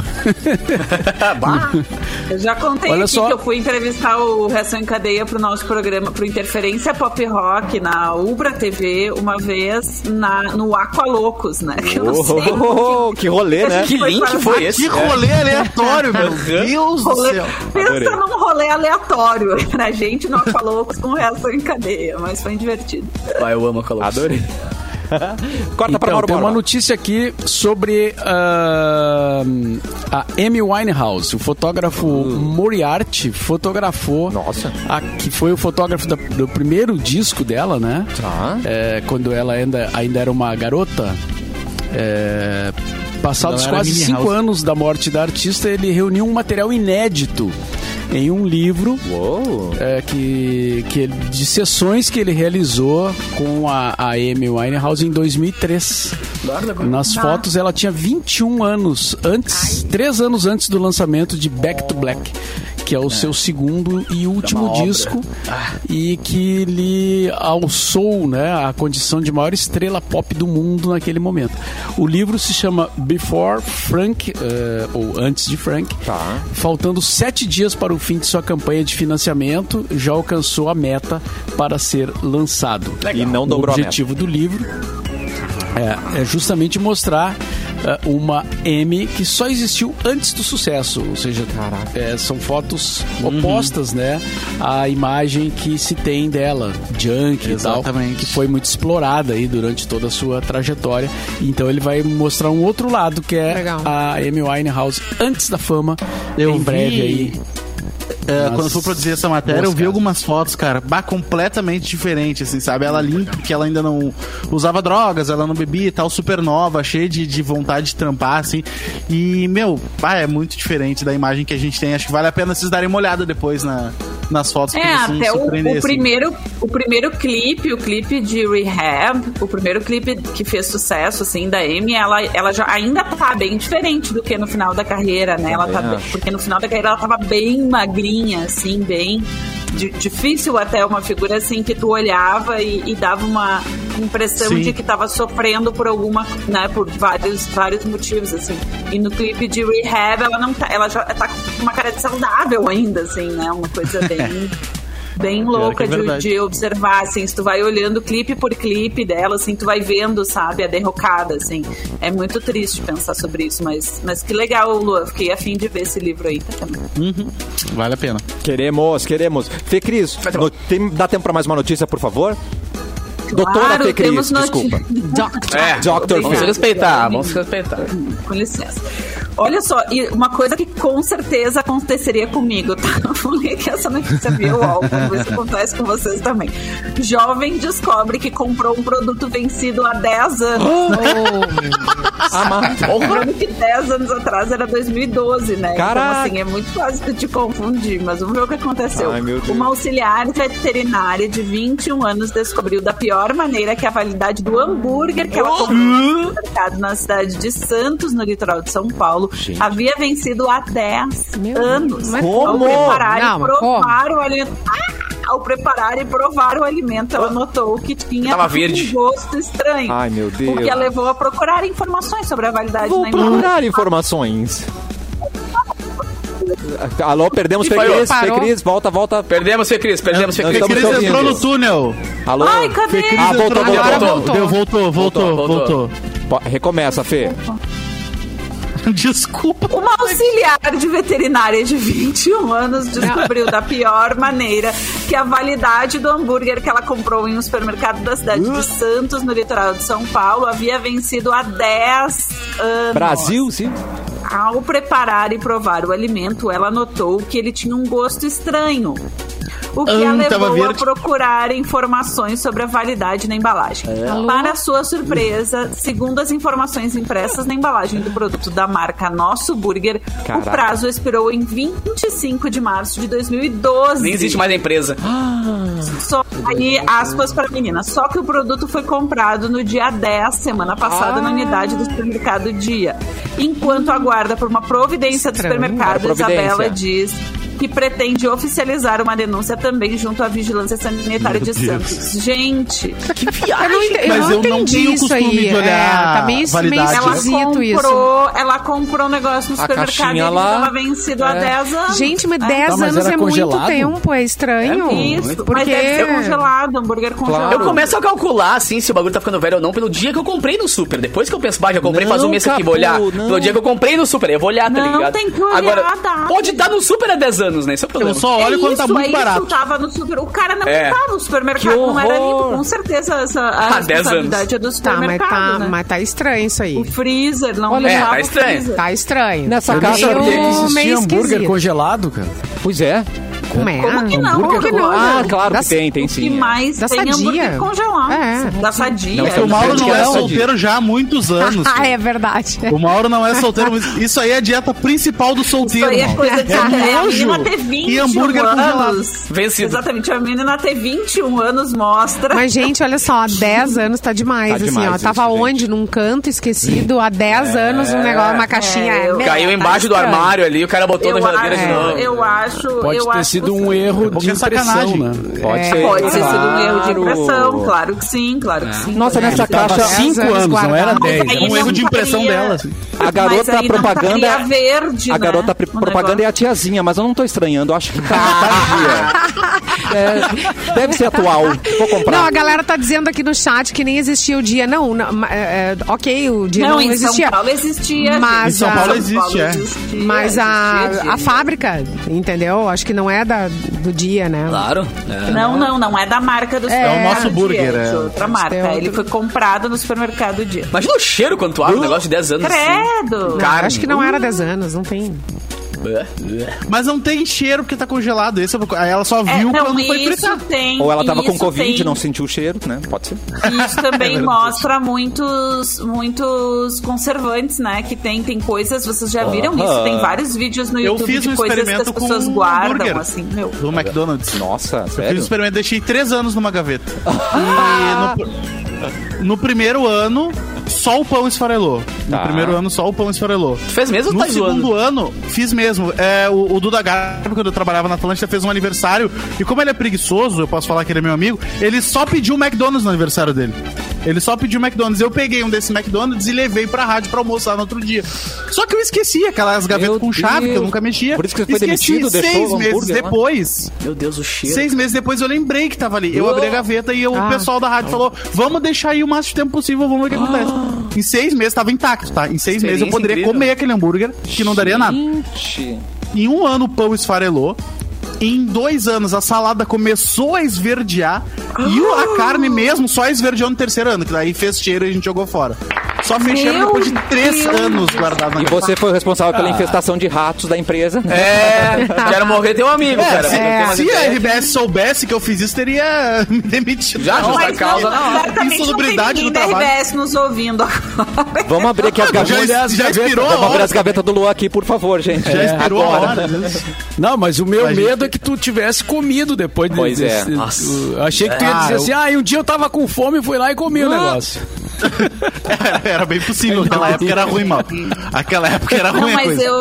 [SPEAKER 7] Bah.
[SPEAKER 4] Eu já contei
[SPEAKER 5] Olha
[SPEAKER 4] aqui
[SPEAKER 5] só.
[SPEAKER 4] que eu fui entrevistar o Reação em Cadeia pro nosso programa, pro Interferência Pop Rock na Ubra TV, uma vez na, no Aqualocos, né? Que eu não sei.
[SPEAKER 1] Oh, que rolê, né?
[SPEAKER 7] Que link foi esse?
[SPEAKER 8] Que rolê aleatório, meu Deus do
[SPEAKER 4] Rolê,
[SPEAKER 8] céu.
[SPEAKER 1] Adorei.
[SPEAKER 4] pensa num rolê aleatório. A gente no Aqualocos com Reação em Cadeia, mas foi divertido.
[SPEAKER 7] Vai, eu amo a Calopsis.
[SPEAKER 1] Adorei. Corta pra
[SPEAKER 5] Então,
[SPEAKER 1] Mauro
[SPEAKER 5] tem uma
[SPEAKER 1] Borba.
[SPEAKER 5] notícia aqui sobre ah, a Amy Winehouse. O fotógrafo Moriarty fotografou.
[SPEAKER 1] Hum. Nossa.
[SPEAKER 5] a- que foi o fotógrafo da- do primeiro disco dela, né?
[SPEAKER 1] Tá.
[SPEAKER 5] É, quando ela ainda, ainda era uma garota. É, passados
[SPEAKER 8] Ela era
[SPEAKER 5] quase
[SPEAKER 8] Minnie
[SPEAKER 5] cinco
[SPEAKER 8] House.
[SPEAKER 5] anos da morte da artista, ele reuniu um material inédito em um livro
[SPEAKER 1] Uou.
[SPEAKER 5] é, que, que ele- de sessões que ele realizou com a, a Amy Winehouse em 2003. Nas fotos ela tinha 21 anos antes, 3 anos antes do lançamento de Back to Black, que é o seu segundo e último disco
[SPEAKER 1] Ah.
[SPEAKER 5] e que lhe alçou, né, a condição de maior estrela pop do mundo naquele momento. O livro se chama Before Frank eh, ou Antes de Frank.
[SPEAKER 1] Tá.
[SPEAKER 5] Faltando sete dias para o fim de sua campanha de financiamento, já alcançou a meta para ser lançado.
[SPEAKER 1] E não
[SPEAKER 5] O
[SPEAKER 1] dobrou a meta.
[SPEAKER 5] objetivo do livro é, é justamente mostrar é, uma M que só existiu antes do sucesso, ou seja, é, são fotos opostas, né, à imagem que se tem dela, junk e tal,
[SPEAKER 8] Exatamente.
[SPEAKER 5] que foi muito explorada aí durante toda a sua trajetória. Então ele vai mostrar um outro lado que é
[SPEAKER 2] Legal.
[SPEAKER 5] a Amy Winehouse antes da fama,
[SPEAKER 8] Eu
[SPEAKER 5] em
[SPEAKER 8] vi-
[SPEAKER 5] breve aí.
[SPEAKER 8] É,
[SPEAKER 5] Mas-
[SPEAKER 8] quando eu fui produzir essa matéria,
[SPEAKER 5] Nossa,
[SPEAKER 8] eu vi
[SPEAKER 5] cara.
[SPEAKER 8] algumas fotos, cara, bah, completamente diferente, assim, sabe? Ela limpa, que ela ainda não usava drogas, ela não bebia e tal, super nova, cheia de, de vontade de trampar, assim. E, meu, bah, é muito diferente da imagem que a gente tem. Acho que vale a pena vocês darem uma olhada depois na, nas fotos.
[SPEAKER 4] É,
[SPEAKER 8] porque vocês vão se
[SPEAKER 4] até o,
[SPEAKER 8] surpreender,
[SPEAKER 4] o
[SPEAKER 8] assim.
[SPEAKER 4] primeiro, o primeiro clipe, o clipe de Rehab, o primeiro clipe que fez sucesso, assim, da Amy, ela, ela já ainda tá bem diferente do que no final da carreira, né? Ela tá
[SPEAKER 1] Também
[SPEAKER 4] bem-
[SPEAKER 1] acho.
[SPEAKER 4] porque no final da carreira ela tava bem magrinha, assim, bem... di- Difícil até uma figura assim que tu olhava e, e dava uma impressão
[SPEAKER 8] Sim.
[SPEAKER 4] de que tava sofrendo por alguma, né, por vários, vários motivos, assim. E no clipe de Rehab ela não tá, ela já tá com uma cara de saudável ainda, assim, né? Uma coisa bem bem louca
[SPEAKER 8] que é
[SPEAKER 4] de,
[SPEAKER 8] verdade.
[SPEAKER 4] de observar, assim, se tu vai olhando clipe por clipe dela, assim, tu vai vendo, sabe, a derrocada, assim. É muito triste pensar sobre isso, mas, mas que legal, Lua, fiquei afim de ver esse livro aí também.
[SPEAKER 8] Vale a pena.
[SPEAKER 1] Queremos, queremos. Fê Cris, no- tem- dá tempo pra mais uma notícia, por favor? Doutora Fê Cris,
[SPEAKER 4] temos noti-
[SPEAKER 1] desculpa.
[SPEAKER 7] É.
[SPEAKER 1] Dr.
[SPEAKER 7] Vamos se
[SPEAKER 1] Fê.
[SPEAKER 7] respeitar, vamos se respeitar.
[SPEAKER 4] Com licença. Olha só, e uma coisa que com certeza aconteceria comigo, tá? Vou ler que essa notícia viu algo, isso acontece com vocês também. Jovem descobre que comprou um produto vencido há 10 anos. Lembrando que 10 anos atrás era 2012, né?
[SPEAKER 1] Caraca!
[SPEAKER 4] Então, assim, é muito fácil tu te confundir, mas vamos ver o que aconteceu.
[SPEAKER 1] Ai, meu Deus.
[SPEAKER 4] Uma auxiliar veterinária de 21 anos descobriu da pior maneira que a validade do hambúrguer que ela comprou no mercado na cidade de Santos, no litoral de São Paulo, havia vencido há 10
[SPEAKER 2] Meu Deus,
[SPEAKER 4] anos.
[SPEAKER 2] mas
[SPEAKER 4] Ao
[SPEAKER 1] como?
[SPEAKER 4] preparar
[SPEAKER 2] Não,
[SPEAKER 4] e
[SPEAKER 2] mas
[SPEAKER 4] provar o alimento... Ah! Ao preparar e provar o alimento, ela notou que tinha
[SPEAKER 7] Tava verde.
[SPEAKER 4] um gosto estranho.
[SPEAKER 1] Ah! Ai, meu
[SPEAKER 4] O que
[SPEAKER 1] Deus.
[SPEAKER 4] a levou a procurar informações sobre a validade
[SPEAKER 1] Vou
[SPEAKER 4] na embalagem.
[SPEAKER 1] procurar informações. Alô, perdemos Fê
[SPEAKER 7] falhou.
[SPEAKER 1] Cris. Fê
[SPEAKER 2] Parou.
[SPEAKER 1] Cris, volta, volta.
[SPEAKER 7] Perdemos, Fê Cris, perdemos, Fê
[SPEAKER 1] Não,
[SPEAKER 7] Cris.
[SPEAKER 1] estamos
[SPEAKER 8] Cris
[SPEAKER 1] te ouvindo.
[SPEAKER 8] entrou no túnel.
[SPEAKER 1] Alô?
[SPEAKER 4] Ai, cadê?
[SPEAKER 8] Fê Cris
[SPEAKER 1] Ah,
[SPEAKER 8] entrou
[SPEAKER 1] voltou,
[SPEAKER 8] no-
[SPEAKER 1] voltou,
[SPEAKER 7] Agora
[SPEAKER 1] voltou.
[SPEAKER 8] Deu, voltou, voltou,
[SPEAKER 7] Voltou,
[SPEAKER 8] voltou.
[SPEAKER 7] voltou.
[SPEAKER 1] Po- Recomeça, Fê.
[SPEAKER 8] Desculpa.
[SPEAKER 4] Uma auxiliar de veterinária de 21 anos descobriu da pior maneira que a validade do hambúrguer que ela comprou em um supermercado da cidade de Santos, no litoral de São Paulo, havia vencido há 10 anos.
[SPEAKER 1] Brasil, sim.
[SPEAKER 4] Ao preparar e provar o alimento, ela notou que ele tinha um gosto estranho. O que a
[SPEAKER 8] Hum, tava
[SPEAKER 4] levou a
[SPEAKER 8] verde.
[SPEAKER 4] procurar informações sobre a validade na embalagem. Para sua surpresa, segundo as informações impressas na embalagem do produto da marca Nosso Burger,
[SPEAKER 1] Caraca.
[SPEAKER 4] o prazo expirou em 25 de março de 2012.
[SPEAKER 7] Nem existe mais a empresa.
[SPEAKER 4] Só, aí, aspas para menina. Só que o produto foi comprado no dia 10, semana passada, na unidade do supermercado Dia. Enquanto aguarda por uma providência do
[SPEAKER 2] Estranho.
[SPEAKER 4] supermercado,
[SPEAKER 1] Era providência.
[SPEAKER 4] Isabela diz que pretende oficializar uma denúncia também junto à Vigilância Sanitária de Santos. Gente,
[SPEAKER 7] Que viagem.
[SPEAKER 2] Eu não, ente- eu
[SPEAKER 8] Mas
[SPEAKER 2] não
[SPEAKER 8] eu não
[SPEAKER 2] entendi
[SPEAKER 8] tenho
[SPEAKER 2] isso
[SPEAKER 8] costume
[SPEAKER 2] aí.
[SPEAKER 8] de olhar
[SPEAKER 2] é, tá meio, meio
[SPEAKER 8] validade.
[SPEAKER 4] ela
[SPEAKER 2] esquisito isso.
[SPEAKER 4] comprou, ela comprou um negócio no
[SPEAKER 1] A
[SPEAKER 4] supermercado e
[SPEAKER 1] caixinha
[SPEAKER 4] ele
[SPEAKER 1] lá,
[SPEAKER 4] estava vencido há 10 anos.
[SPEAKER 2] Gente, mas
[SPEAKER 4] É.
[SPEAKER 2] 10
[SPEAKER 5] Tá, mas
[SPEAKER 2] anos
[SPEAKER 5] era
[SPEAKER 2] é muito
[SPEAKER 5] congelado?
[SPEAKER 2] tempo, é estranho.
[SPEAKER 4] Isso,
[SPEAKER 2] porque
[SPEAKER 4] mas deve ser congelado, hambúrguer congelado.
[SPEAKER 7] Eu começo a calcular, assim, se o bagulho tá ficando velho ou não, pelo dia que eu comprei no super. Depois que eu penso, bah, já comprei faz um
[SPEAKER 1] Não,
[SPEAKER 7] mês aqui, vou
[SPEAKER 1] Capu,
[SPEAKER 7] olhar.
[SPEAKER 1] não.
[SPEAKER 7] Pelo dia que eu comprei no super, eu vou olhar, tá
[SPEAKER 4] Não,
[SPEAKER 7] ligado?
[SPEAKER 4] tem que olhar,
[SPEAKER 7] Agora,
[SPEAKER 4] dá.
[SPEAKER 7] pode dar no super há 10 anos, né? Esse é o problema.
[SPEAKER 8] Eu só olho
[SPEAKER 4] é
[SPEAKER 8] quando tá
[SPEAKER 4] isso,
[SPEAKER 8] muito
[SPEAKER 4] é
[SPEAKER 8] barato.
[SPEAKER 4] Isso, tava no super... O cara não
[SPEAKER 7] É.
[SPEAKER 4] tava no
[SPEAKER 1] Que
[SPEAKER 4] supermercado, não era
[SPEAKER 1] horror.
[SPEAKER 4] limpo. Com certeza essa, a
[SPEAKER 7] Há 10 anos.
[SPEAKER 4] responsabilidade é do
[SPEAKER 2] Tá, mas
[SPEAKER 4] supermercado,
[SPEAKER 2] tá,
[SPEAKER 4] né?
[SPEAKER 2] mas tá estranho isso aí.
[SPEAKER 4] O freezer, não
[SPEAKER 1] Olha,
[SPEAKER 4] Olha,
[SPEAKER 7] é,
[SPEAKER 4] levava
[SPEAKER 7] tá estranho.
[SPEAKER 4] o freezer.
[SPEAKER 2] Tá estranho.
[SPEAKER 1] Nessa
[SPEAKER 2] Tá
[SPEAKER 5] Eu não
[SPEAKER 1] casa
[SPEAKER 2] meio-
[SPEAKER 5] sabia que existia
[SPEAKER 2] meio
[SPEAKER 5] hambúrguer
[SPEAKER 2] esquisito.
[SPEAKER 5] congelado, cara.
[SPEAKER 1] Pois é.
[SPEAKER 2] Como é?
[SPEAKER 4] Como que não? Como
[SPEAKER 5] Hambúrguer
[SPEAKER 4] que
[SPEAKER 5] com-
[SPEAKER 4] não?
[SPEAKER 1] Ah, claro
[SPEAKER 2] Da-
[SPEAKER 1] que tem, tem
[SPEAKER 4] O que
[SPEAKER 1] sim. é.
[SPEAKER 4] mais
[SPEAKER 2] Da
[SPEAKER 4] tem
[SPEAKER 2] Sadia.
[SPEAKER 4] hambúrguer congelado.
[SPEAKER 2] É.
[SPEAKER 4] Da sadia.
[SPEAKER 1] Não,
[SPEAKER 8] O Mauro não é
[SPEAKER 1] Verdade.
[SPEAKER 8] solteiro já há muitos anos.
[SPEAKER 2] Ah, é verdade.
[SPEAKER 8] O Mauro não é solteiro, mas isso aí é a dieta principal do
[SPEAKER 4] Isso
[SPEAKER 8] solteiro.
[SPEAKER 4] aí é
[SPEAKER 8] Mauro.
[SPEAKER 4] coisa de
[SPEAKER 8] É um
[SPEAKER 4] é, a
[SPEAKER 8] nojo.
[SPEAKER 4] menina ter 21
[SPEAKER 8] E hambúrguer congelado.
[SPEAKER 4] anos.
[SPEAKER 7] Vencido.
[SPEAKER 4] Exatamente, a menina ter 21 anos mostra.
[SPEAKER 2] Mas, gente, olha só, há 10 anos tá demais,
[SPEAKER 1] Tá
[SPEAKER 2] assim,
[SPEAKER 1] demais
[SPEAKER 2] ó.
[SPEAKER 1] isso,
[SPEAKER 2] Tava
[SPEAKER 1] gente.
[SPEAKER 2] onde? Num canto esquecido, há 10 anos, um negócio, uma caixinha.
[SPEAKER 4] É,
[SPEAKER 2] é,
[SPEAKER 4] eu-
[SPEAKER 2] meu,
[SPEAKER 7] Caiu
[SPEAKER 2] tá
[SPEAKER 7] embaixo do
[SPEAKER 2] estranho.
[SPEAKER 7] armário ali, o cara botou
[SPEAKER 4] eu
[SPEAKER 7] na
[SPEAKER 4] acho,
[SPEAKER 7] geladeira de novo.
[SPEAKER 4] eu acho,
[SPEAKER 5] Pode
[SPEAKER 4] eu
[SPEAKER 5] ter
[SPEAKER 4] acho
[SPEAKER 5] sido um
[SPEAKER 4] que-
[SPEAKER 5] erro
[SPEAKER 8] pouco
[SPEAKER 5] de
[SPEAKER 8] é
[SPEAKER 5] impressão,
[SPEAKER 8] sacanagem.
[SPEAKER 5] né?
[SPEAKER 1] Pode
[SPEAKER 2] É,
[SPEAKER 1] ser.
[SPEAKER 4] Pode ter sido um erro de
[SPEAKER 1] claro.
[SPEAKER 4] impressão, claro que sim, claro
[SPEAKER 7] É.
[SPEAKER 4] que sim.
[SPEAKER 1] Nossa, nessa
[SPEAKER 5] Tava
[SPEAKER 1] caixa,
[SPEAKER 2] Dez
[SPEAKER 5] cinco
[SPEAKER 2] anos
[SPEAKER 5] anos, não era
[SPEAKER 2] guardado.
[SPEAKER 5] dez.
[SPEAKER 4] Mas
[SPEAKER 5] Era
[SPEAKER 4] aí
[SPEAKER 5] um
[SPEAKER 4] não
[SPEAKER 8] um
[SPEAKER 5] erro.
[SPEAKER 8] erro de impressão
[SPEAKER 4] faria-
[SPEAKER 8] dela, assim.
[SPEAKER 1] assim, a garota
[SPEAKER 4] aí não
[SPEAKER 1] propaganda.
[SPEAKER 4] ficaria verde,
[SPEAKER 1] a
[SPEAKER 4] né,
[SPEAKER 1] garota
[SPEAKER 4] o
[SPEAKER 1] propaganda é
[SPEAKER 4] negócio.
[SPEAKER 1] a tiazinha, mas eu não tô estranhando, eu acho que tá, tá em dia. É, deve ser atual. Vou comprar.
[SPEAKER 2] Não, a galera tá dizendo aqui no chat que nem existia o dia. Não, não, ma- é, é, ok, o dia não,
[SPEAKER 4] Não, em
[SPEAKER 2] existia.
[SPEAKER 4] São Paulo existia.
[SPEAKER 2] Mas
[SPEAKER 4] gente.
[SPEAKER 2] Em São a- Paulo
[SPEAKER 8] existe, é.
[SPEAKER 4] existia,
[SPEAKER 2] Mas
[SPEAKER 4] existia,
[SPEAKER 2] a, a
[SPEAKER 4] gente.
[SPEAKER 2] fábrica, entendeu? Acho que não é da, do dia, né?
[SPEAKER 7] Claro. É.
[SPEAKER 4] Não, não, não é da marca do supermercado.
[SPEAKER 2] o
[SPEAKER 8] nosso burger,
[SPEAKER 4] É
[SPEAKER 8] é.
[SPEAKER 4] de outra marca.
[SPEAKER 2] Tem outro.
[SPEAKER 4] Ele foi comprado no supermercado dia.
[SPEAKER 7] Imagina o cheiro quando tu abre um negócio de 10 anos. assim.
[SPEAKER 4] Credo!
[SPEAKER 7] Cara,
[SPEAKER 2] Acho que não era 10 anos, não tem.
[SPEAKER 8] Mas não tem cheiro porque tá congelado. Esse é o- aí ela só
[SPEAKER 4] É,
[SPEAKER 8] viu
[SPEAKER 4] não,
[SPEAKER 8] quando foi
[SPEAKER 4] isso
[SPEAKER 8] fritar.
[SPEAKER 4] tem,
[SPEAKER 1] Ou ela tava
[SPEAKER 4] isso
[SPEAKER 1] com Covid,
[SPEAKER 4] tem-
[SPEAKER 1] não É sentiu o cheiro, né? Pode ser.
[SPEAKER 4] Isso também mostra muitos, muitos conservantes, né? Que tem, tem coisas, vocês já viram isso? Tem vários vídeos no
[SPEAKER 8] Eu
[SPEAKER 4] YouTube
[SPEAKER 8] fiz um
[SPEAKER 4] de coisas que as
[SPEAKER 8] experimento com
[SPEAKER 4] pessoas
[SPEAKER 8] um
[SPEAKER 4] guardam,
[SPEAKER 8] hambúrguer.
[SPEAKER 4] assim, meu.
[SPEAKER 8] Do McDonald's.
[SPEAKER 1] Nossa,
[SPEAKER 8] Fiz um
[SPEAKER 1] sério?
[SPEAKER 8] experimento, deixei três anos numa gaveta.
[SPEAKER 4] Ah.
[SPEAKER 8] E no, no primeiro ano, só o pão esfarelou. No
[SPEAKER 1] Tá.
[SPEAKER 8] primeiro ano, só o pão esfarelou.
[SPEAKER 7] Tu fez mesmo ou
[SPEAKER 8] No
[SPEAKER 7] tá
[SPEAKER 8] segundo
[SPEAKER 7] zoando?
[SPEAKER 8] ano, fiz mesmo. É, o, o Duda Garbi, quando eu trabalhava na Atlântida, fez um aniversário. E como ele é preguiçoso, eu posso falar que ele é meu amigo, ele só pediu o McDonald's no aniversário dele. Ele só pediu o McDonald's. Eu peguei um desse McDonald's e levei pra rádio pra almoçar no outro dia. Só que eu esqueci aquelas gavetas
[SPEAKER 1] Meu
[SPEAKER 8] com chave que eu
[SPEAKER 1] Deus.
[SPEAKER 8] nunca mexia.
[SPEAKER 1] Por isso que você foi
[SPEAKER 8] esqueci.
[SPEAKER 1] demitido, deixou
[SPEAKER 8] Seis
[SPEAKER 1] o
[SPEAKER 8] meses
[SPEAKER 1] hambúrguer lá?
[SPEAKER 8] depois,
[SPEAKER 7] Meu Deus, o cheiro.
[SPEAKER 8] Seis meses depois eu lembrei que tava ali. Eu abri a gaveta e eu- o pessoal da rádio falou: vamos deixar aí o máximo de tempo possível, vamos ver o que acontece. Em seis meses tava intacto, tá? Em seis meses eu poderia
[SPEAKER 7] incrível.
[SPEAKER 8] comer aquele hambúrguer que não daria nada.
[SPEAKER 1] Gente.
[SPEAKER 8] Em um ano o pão esfarelou. Em dois anos a salada começou a esverdear. E o- a carne mesmo só esverdeou no terceiro ano, que daí fez cheiro e a gente jogou fora. Só fez cheiro
[SPEAKER 4] Meu
[SPEAKER 8] depois de três
[SPEAKER 4] Deus.
[SPEAKER 8] anos guardado na
[SPEAKER 1] E você foi o responsável
[SPEAKER 8] Ah.
[SPEAKER 1] pela infestação de ratos da empresa, né?
[SPEAKER 7] É, quero morrer teu amigo, cara.
[SPEAKER 8] É, se,
[SPEAKER 7] Tem umas
[SPEAKER 8] se a
[SPEAKER 7] ideias.
[SPEAKER 8] RBS soubesse que eu fiz isso, teria me demitido.
[SPEAKER 7] Já,
[SPEAKER 8] na
[SPEAKER 7] justa
[SPEAKER 8] hora.
[SPEAKER 7] causa, na hora.
[SPEAKER 4] certamente
[SPEAKER 8] Insalubridade
[SPEAKER 4] não
[SPEAKER 8] do
[SPEAKER 4] tem ninguém da
[SPEAKER 8] trabalho.
[SPEAKER 4] RBS nos ouvindo agora.
[SPEAKER 1] Vamos abrir aqui as
[SPEAKER 8] Já,
[SPEAKER 1] gavetas.
[SPEAKER 8] já, expirou a
[SPEAKER 1] Vamos abrir
[SPEAKER 8] hora.
[SPEAKER 1] as gavetas do Luan aqui, por favor, gente. É,
[SPEAKER 7] É,
[SPEAKER 8] Já expirou
[SPEAKER 1] agora.
[SPEAKER 8] a hora.
[SPEAKER 5] Não, mas o meu
[SPEAKER 8] A gente-
[SPEAKER 5] medo é que tu tivesse comido depois de-
[SPEAKER 1] Pois é.
[SPEAKER 5] desse-
[SPEAKER 7] Nossa.
[SPEAKER 5] eu achei que tu ia
[SPEAKER 8] Ah,
[SPEAKER 5] dizer
[SPEAKER 8] eu-
[SPEAKER 5] assim, ah, e um dia eu tava com fome e fui lá e comi o negócio.
[SPEAKER 8] Era bem possível. Aquela época era ruim, mano. Aquela época era
[SPEAKER 4] Não,
[SPEAKER 8] ruim. é a
[SPEAKER 4] mas
[SPEAKER 8] coisa.
[SPEAKER 4] eu,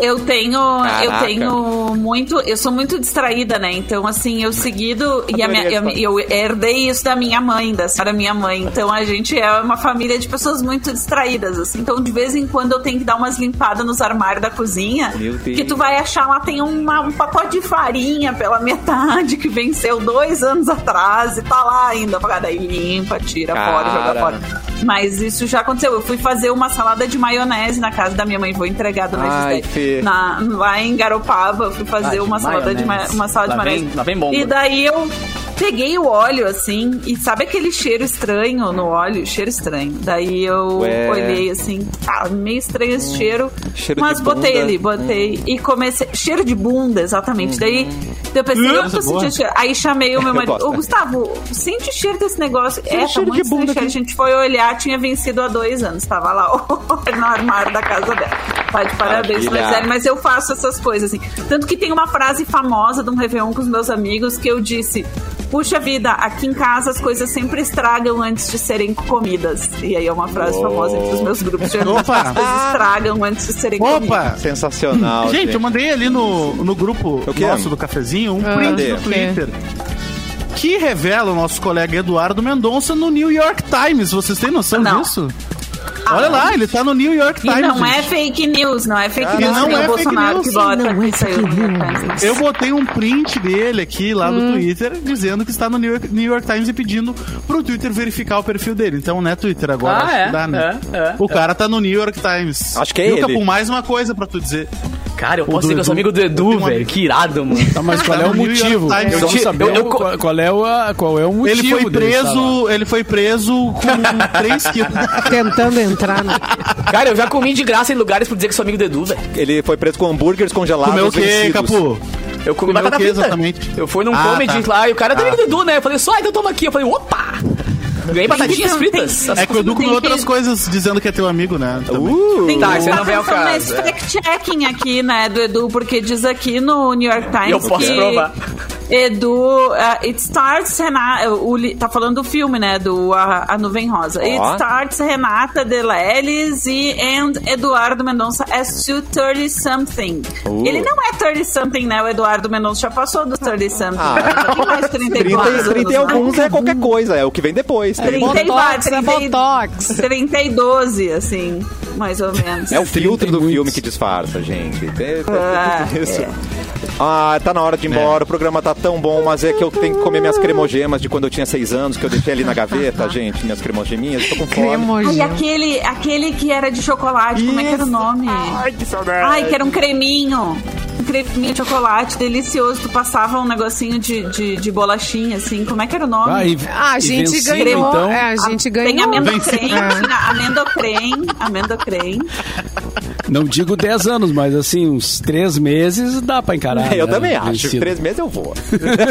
[SPEAKER 4] eu tenho. Eu
[SPEAKER 1] Caraca.
[SPEAKER 4] tenho muito. Eu sou muito distraída, né? Então, assim, eu seguido. E a minha- eu, eu herdei isso da minha mãe, da senhora minha mãe. Então a gente é uma família de pessoas muito distraídas, assim. Então, de vez em quando eu tenho que dar umas limpadas nos armários da cozinha.
[SPEAKER 1] Meu Deus.
[SPEAKER 4] Que tu vai achar lá, tem uma- um pacote de farinha pela metade que venceu dois anos atrás e tá lá ainda. Pra daí limpa, tira fora, joga
[SPEAKER 1] Cara.
[SPEAKER 4] fora. Mas isso já aconteceu. Eu fui fazer uma salada de maionese na casa da minha mãe. Vou entregar do
[SPEAKER 1] Ai, Fê.
[SPEAKER 4] na, lá em Garopaba. Eu fui fazer
[SPEAKER 7] Ah,
[SPEAKER 4] uma,
[SPEAKER 7] de
[SPEAKER 4] salada de, ma-
[SPEAKER 7] maionese.
[SPEAKER 4] uma salada de
[SPEAKER 7] Lá vem-
[SPEAKER 4] maionese.
[SPEAKER 7] lá vem bomba.
[SPEAKER 4] E daí eu peguei o óleo assim. E sabe aquele cheiro estranho no óleo? Cheiro estranho. Daí eu
[SPEAKER 1] Ué.
[SPEAKER 4] olhei assim. Tá, meio estranho esse cheiro.
[SPEAKER 1] Cheiro
[SPEAKER 4] mas
[SPEAKER 1] de
[SPEAKER 4] botei
[SPEAKER 1] bunda. Hum.
[SPEAKER 4] ali, botei. E comecei. Cheiro de bunda, exatamente. Daí eu pensei, eu não tô sentindo cheiro. Aí chamei o meu
[SPEAKER 1] Eu
[SPEAKER 4] marido.
[SPEAKER 1] gosto.
[SPEAKER 4] Ô, Gustavo, sente o cheiro desse negócio. é, tá
[SPEAKER 1] cheiro
[SPEAKER 4] muito
[SPEAKER 1] de bunda
[SPEAKER 4] estranho.
[SPEAKER 1] aqui.
[SPEAKER 4] A gente foi olhar, tinha vencido há dois anos. Tava lá no armário da casa dela. Tá de parabéns,
[SPEAKER 1] Maravilha.
[SPEAKER 4] Lizelle, mas eu faço essas coisas assim. Tanto que tem uma frase famosa de um Réveillon com os meus amigos que eu disse: Puxa vida, aqui em casa as coisas sempre estragam antes de serem comidas. E aí é uma frase famosa entre os meus grupos de amigos.
[SPEAKER 8] Opa!
[SPEAKER 4] As coisas estragam antes de serem comidas.
[SPEAKER 8] Opa!
[SPEAKER 7] Ah,
[SPEAKER 1] Sensacional.
[SPEAKER 8] Ah, Gente, eu mandei ali no, no grupo
[SPEAKER 1] O quê?
[SPEAKER 8] nosso do cafezinho um
[SPEAKER 4] Ah,
[SPEAKER 8] print
[SPEAKER 1] Cadê?
[SPEAKER 8] do Twitter. Que revela o nosso colega Eduardo Mendonça no New York Times. Vocês têm noção
[SPEAKER 4] Não. Ah,
[SPEAKER 8] disso? Olha lá, ele tá no New York
[SPEAKER 4] E
[SPEAKER 8] Times.
[SPEAKER 4] não é
[SPEAKER 8] gente.
[SPEAKER 4] fake news, não é fake news.
[SPEAKER 8] não
[SPEAKER 4] nem
[SPEAKER 8] é
[SPEAKER 4] o
[SPEAKER 8] fake
[SPEAKER 4] Bolsonaro
[SPEAKER 8] news,
[SPEAKER 4] que bota
[SPEAKER 6] não é
[SPEAKER 4] que saiu
[SPEAKER 6] fake
[SPEAKER 4] do
[SPEAKER 6] news.
[SPEAKER 4] Times.
[SPEAKER 8] Eu botei um print dele aqui lá
[SPEAKER 7] Hum.
[SPEAKER 8] no Twitter dizendo que está no New York, New York Times e pedindo pro Twitter verificar o perfil dele. Então, né, Twitter agora?
[SPEAKER 7] Ah,
[SPEAKER 8] acho que
[SPEAKER 7] é,
[SPEAKER 8] dá, né?
[SPEAKER 7] é, é.
[SPEAKER 8] o cara tá no New York Times.
[SPEAKER 1] Acho que é
[SPEAKER 8] Viu,
[SPEAKER 1] ele.
[SPEAKER 8] Capu, mais uma coisa pra tu dizer.
[SPEAKER 7] Cara, eu posso
[SPEAKER 8] do
[SPEAKER 7] ser que eu sou
[SPEAKER 8] Edu-
[SPEAKER 7] amigo do
[SPEAKER 8] eu
[SPEAKER 7] Edu,
[SPEAKER 8] tenho um
[SPEAKER 7] velho.
[SPEAKER 8] amigo-
[SPEAKER 7] Que irado, mano.
[SPEAKER 5] Tá, mas qual
[SPEAKER 8] Tá
[SPEAKER 5] é o
[SPEAKER 8] no New York
[SPEAKER 5] motivo?
[SPEAKER 8] Times.
[SPEAKER 5] Precisamos
[SPEAKER 7] Eu te-
[SPEAKER 5] saber
[SPEAKER 7] eu- eu
[SPEAKER 5] o-
[SPEAKER 7] co-
[SPEAKER 5] qual, qual é o, a- qual é o motivo
[SPEAKER 8] Ele foi
[SPEAKER 5] dele
[SPEAKER 7] tá
[SPEAKER 5] estar lá.
[SPEAKER 8] preso, ele foi preso com 3 quilos.
[SPEAKER 1] Tá,
[SPEAKER 2] Tentando entrar no...
[SPEAKER 7] Cara, eu já comi de graça em lugares por dizer que sou amigo do Edu, velho.
[SPEAKER 1] Ele foi preso com hambúrgueres congelados.
[SPEAKER 8] Comeu o quê,
[SPEAKER 1] vencidos.
[SPEAKER 8] Capu?
[SPEAKER 7] Eu comi
[SPEAKER 8] Comeu
[SPEAKER 7] batata
[SPEAKER 8] o quê,
[SPEAKER 7] frita.
[SPEAKER 8] exatamente?
[SPEAKER 7] Eu fui num
[SPEAKER 8] Ah,
[SPEAKER 7] comedy
[SPEAKER 8] tá.
[SPEAKER 7] lá e o cara tá
[SPEAKER 8] Ah.
[SPEAKER 7] amigo do Edu, né? Eu falei, só, então toma aqui. Eu falei, opa! Ganhei batatinhas
[SPEAKER 4] Então,
[SPEAKER 7] fritas.
[SPEAKER 4] tem-
[SPEAKER 7] As-
[SPEAKER 8] É que o Edu
[SPEAKER 4] Tem
[SPEAKER 8] comeu
[SPEAKER 4] que-
[SPEAKER 8] outras coisas dizendo que é teu amigo, né? Também.
[SPEAKER 1] Uh,
[SPEAKER 4] Tem
[SPEAKER 7] Tá,
[SPEAKER 4] que
[SPEAKER 7] isso aí não vem ao
[SPEAKER 4] prestar atenção
[SPEAKER 7] caso,
[SPEAKER 4] nesse
[SPEAKER 7] é.
[SPEAKER 4] fact-checking aqui, né, do Edu, porque diz aqui no New York Times
[SPEAKER 7] Eu posso
[SPEAKER 4] que
[SPEAKER 7] provar.
[SPEAKER 4] Edu, uh, it starts Renata, o, li- tá falando do filme, né, do A, A Nuvem Rosa.
[SPEAKER 1] Ó.
[SPEAKER 4] It starts Renata Delelis e and Eduardo Mendonça as to 30 something.
[SPEAKER 1] Uh.
[SPEAKER 4] Ele não é 30 something, né, o Eduardo Mendonça já passou dos 30 something. Ah. Que mais 34
[SPEAKER 1] 30 e
[SPEAKER 4] anos,
[SPEAKER 1] 30 e
[SPEAKER 4] né?
[SPEAKER 1] alguns é qualquer coisa, é o que vem depois. tem-
[SPEAKER 4] Trinta e
[SPEAKER 2] Botox, é
[SPEAKER 4] trinta e-
[SPEAKER 2] Botox.
[SPEAKER 4] 30 e 12, assim, mais ou menos.
[SPEAKER 1] É o filtro
[SPEAKER 5] e
[SPEAKER 1] do
[SPEAKER 5] muitos.
[SPEAKER 1] filme que disfarça, gente. É, é,
[SPEAKER 4] Ah,
[SPEAKER 1] é tudo isso. Ah, tá na hora de ir embora. O programa tá tão bom, mas é que eu tenho que comer minhas cremogemas de quando eu tinha seis anos, que eu deixei ali na gaveta, gente. Minhas cremogeminhas, tô com fome.
[SPEAKER 4] Ai,
[SPEAKER 6] Cremogênio.
[SPEAKER 4] aquele, aquele que era de chocolate, como é que era o nome? Ai, que saudade. Ai, que era um creminho. Um creminho de chocolate delicioso. Tu passava um negocinho de, de, de bolachinha, assim. Como é que era o nome?
[SPEAKER 5] Ah, e-
[SPEAKER 2] Ah, a
[SPEAKER 5] e
[SPEAKER 2] gente
[SPEAKER 5] vencido,
[SPEAKER 2] ganhou.
[SPEAKER 5] então.
[SPEAKER 2] é, a gente ganhou.
[SPEAKER 4] Tem amendocrem,
[SPEAKER 8] Vencido.
[SPEAKER 4] tinha amendocrem, amendocrem.
[SPEAKER 5] Não digo 10 anos, mas assim, uns 3 meses dá pra encarar.
[SPEAKER 1] Eu
[SPEAKER 5] né,
[SPEAKER 1] também acho.
[SPEAKER 5] vencido.
[SPEAKER 1] Três meses eu vou.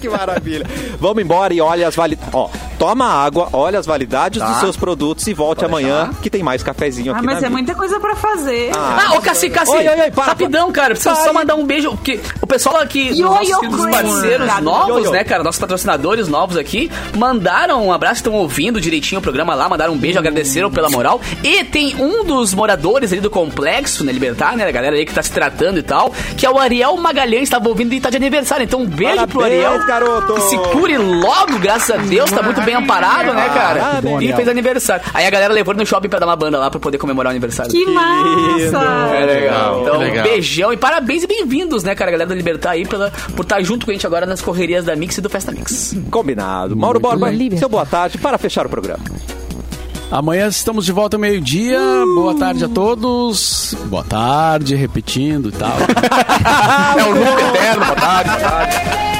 [SPEAKER 1] que maravilha. Vamos embora e olha as validades. Ó, toma água, olha as validades dos seus produtos e volte amanhã, que tem mais cafezinho
[SPEAKER 4] Ah,
[SPEAKER 1] aqui
[SPEAKER 4] mas
[SPEAKER 1] na
[SPEAKER 4] é
[SPEAKER 1] vida.
[SPEAKER 4] muita coisa pra fazer.
[SPEAKER 7] Ah, ô Cassi, Cassi,
[SPEAKER 1] Oi, oi, oi, para,
[SPEAKER 7] rapidão, cara, eu preciso
[SPEAKER 1] Para.
[SPEAKER 7] só mandar um beijo, porque o pessoal aqui, dos
[SPEAKER 4] Yo,
[SPEAKER 7] nossos
[SPEAKER 4] yo,
[SPEAKER 7] queridos
[SPEAKER 4] Cream.
[SPEAKER 7] parceiros
[SPEAKER 4] Obrigado.
[SPEAKER 7] novos,
[SPEAKER 1] Yo, yo.
[SPEAKER 7] né, cara, nossos patrocinadores novos aqui, mandaram um abraço, estão ouvindo direitinho o programa lá, mandaram um
[SPEAKER 1] Hum.
[SPEAKER 7] beijo, agradeceram pela moral, e tem um dos moradores ali do complexo, né, Libertar, né, a galera aí que tá se tratando e tal, que é o Ariel Magalhães, tava ouvindo e tá de aniversário, então um beijo pro
[SPEAKER 1] Parabéns,
[SPEAKER 7] Ariel,
[SPEAKER 1] garoto.
[SPEAKER 7] que se cure logo, graças a Deus, tá muito bem amparado, né, cara,
[SPEAKER 5] Parabéns.
[SPEAKER 7] e fez aniversário, aí a galera levou ele no shopping pra dar uma banda lá, pra poder comemorar o aniversário.
[SPEAKER 4] Que massa!
[SPEAKER 7] É legal. Então,
[SPEAKER 8] legal.
[SPEAKER 7] beijão e parabéns e bem-vindos, né, cara, galera do Libertar aí, pela, por estar junto com a gente agora nas correrias da Mix e do Festa Mix.
[SPEAKER 1] Combinado. Mauro Borba,
[SPEAKER 6] bem.
[SPEAKER 1] seu boa tarde para fechar o programa.
[SPEAKER 5] Amanhã estamos de volta ao meio-dia. Boa tarde a todos. Boa tarde, repetindo e tal.
[SPEAKER 7] É o Luca Eterno, boa tarde,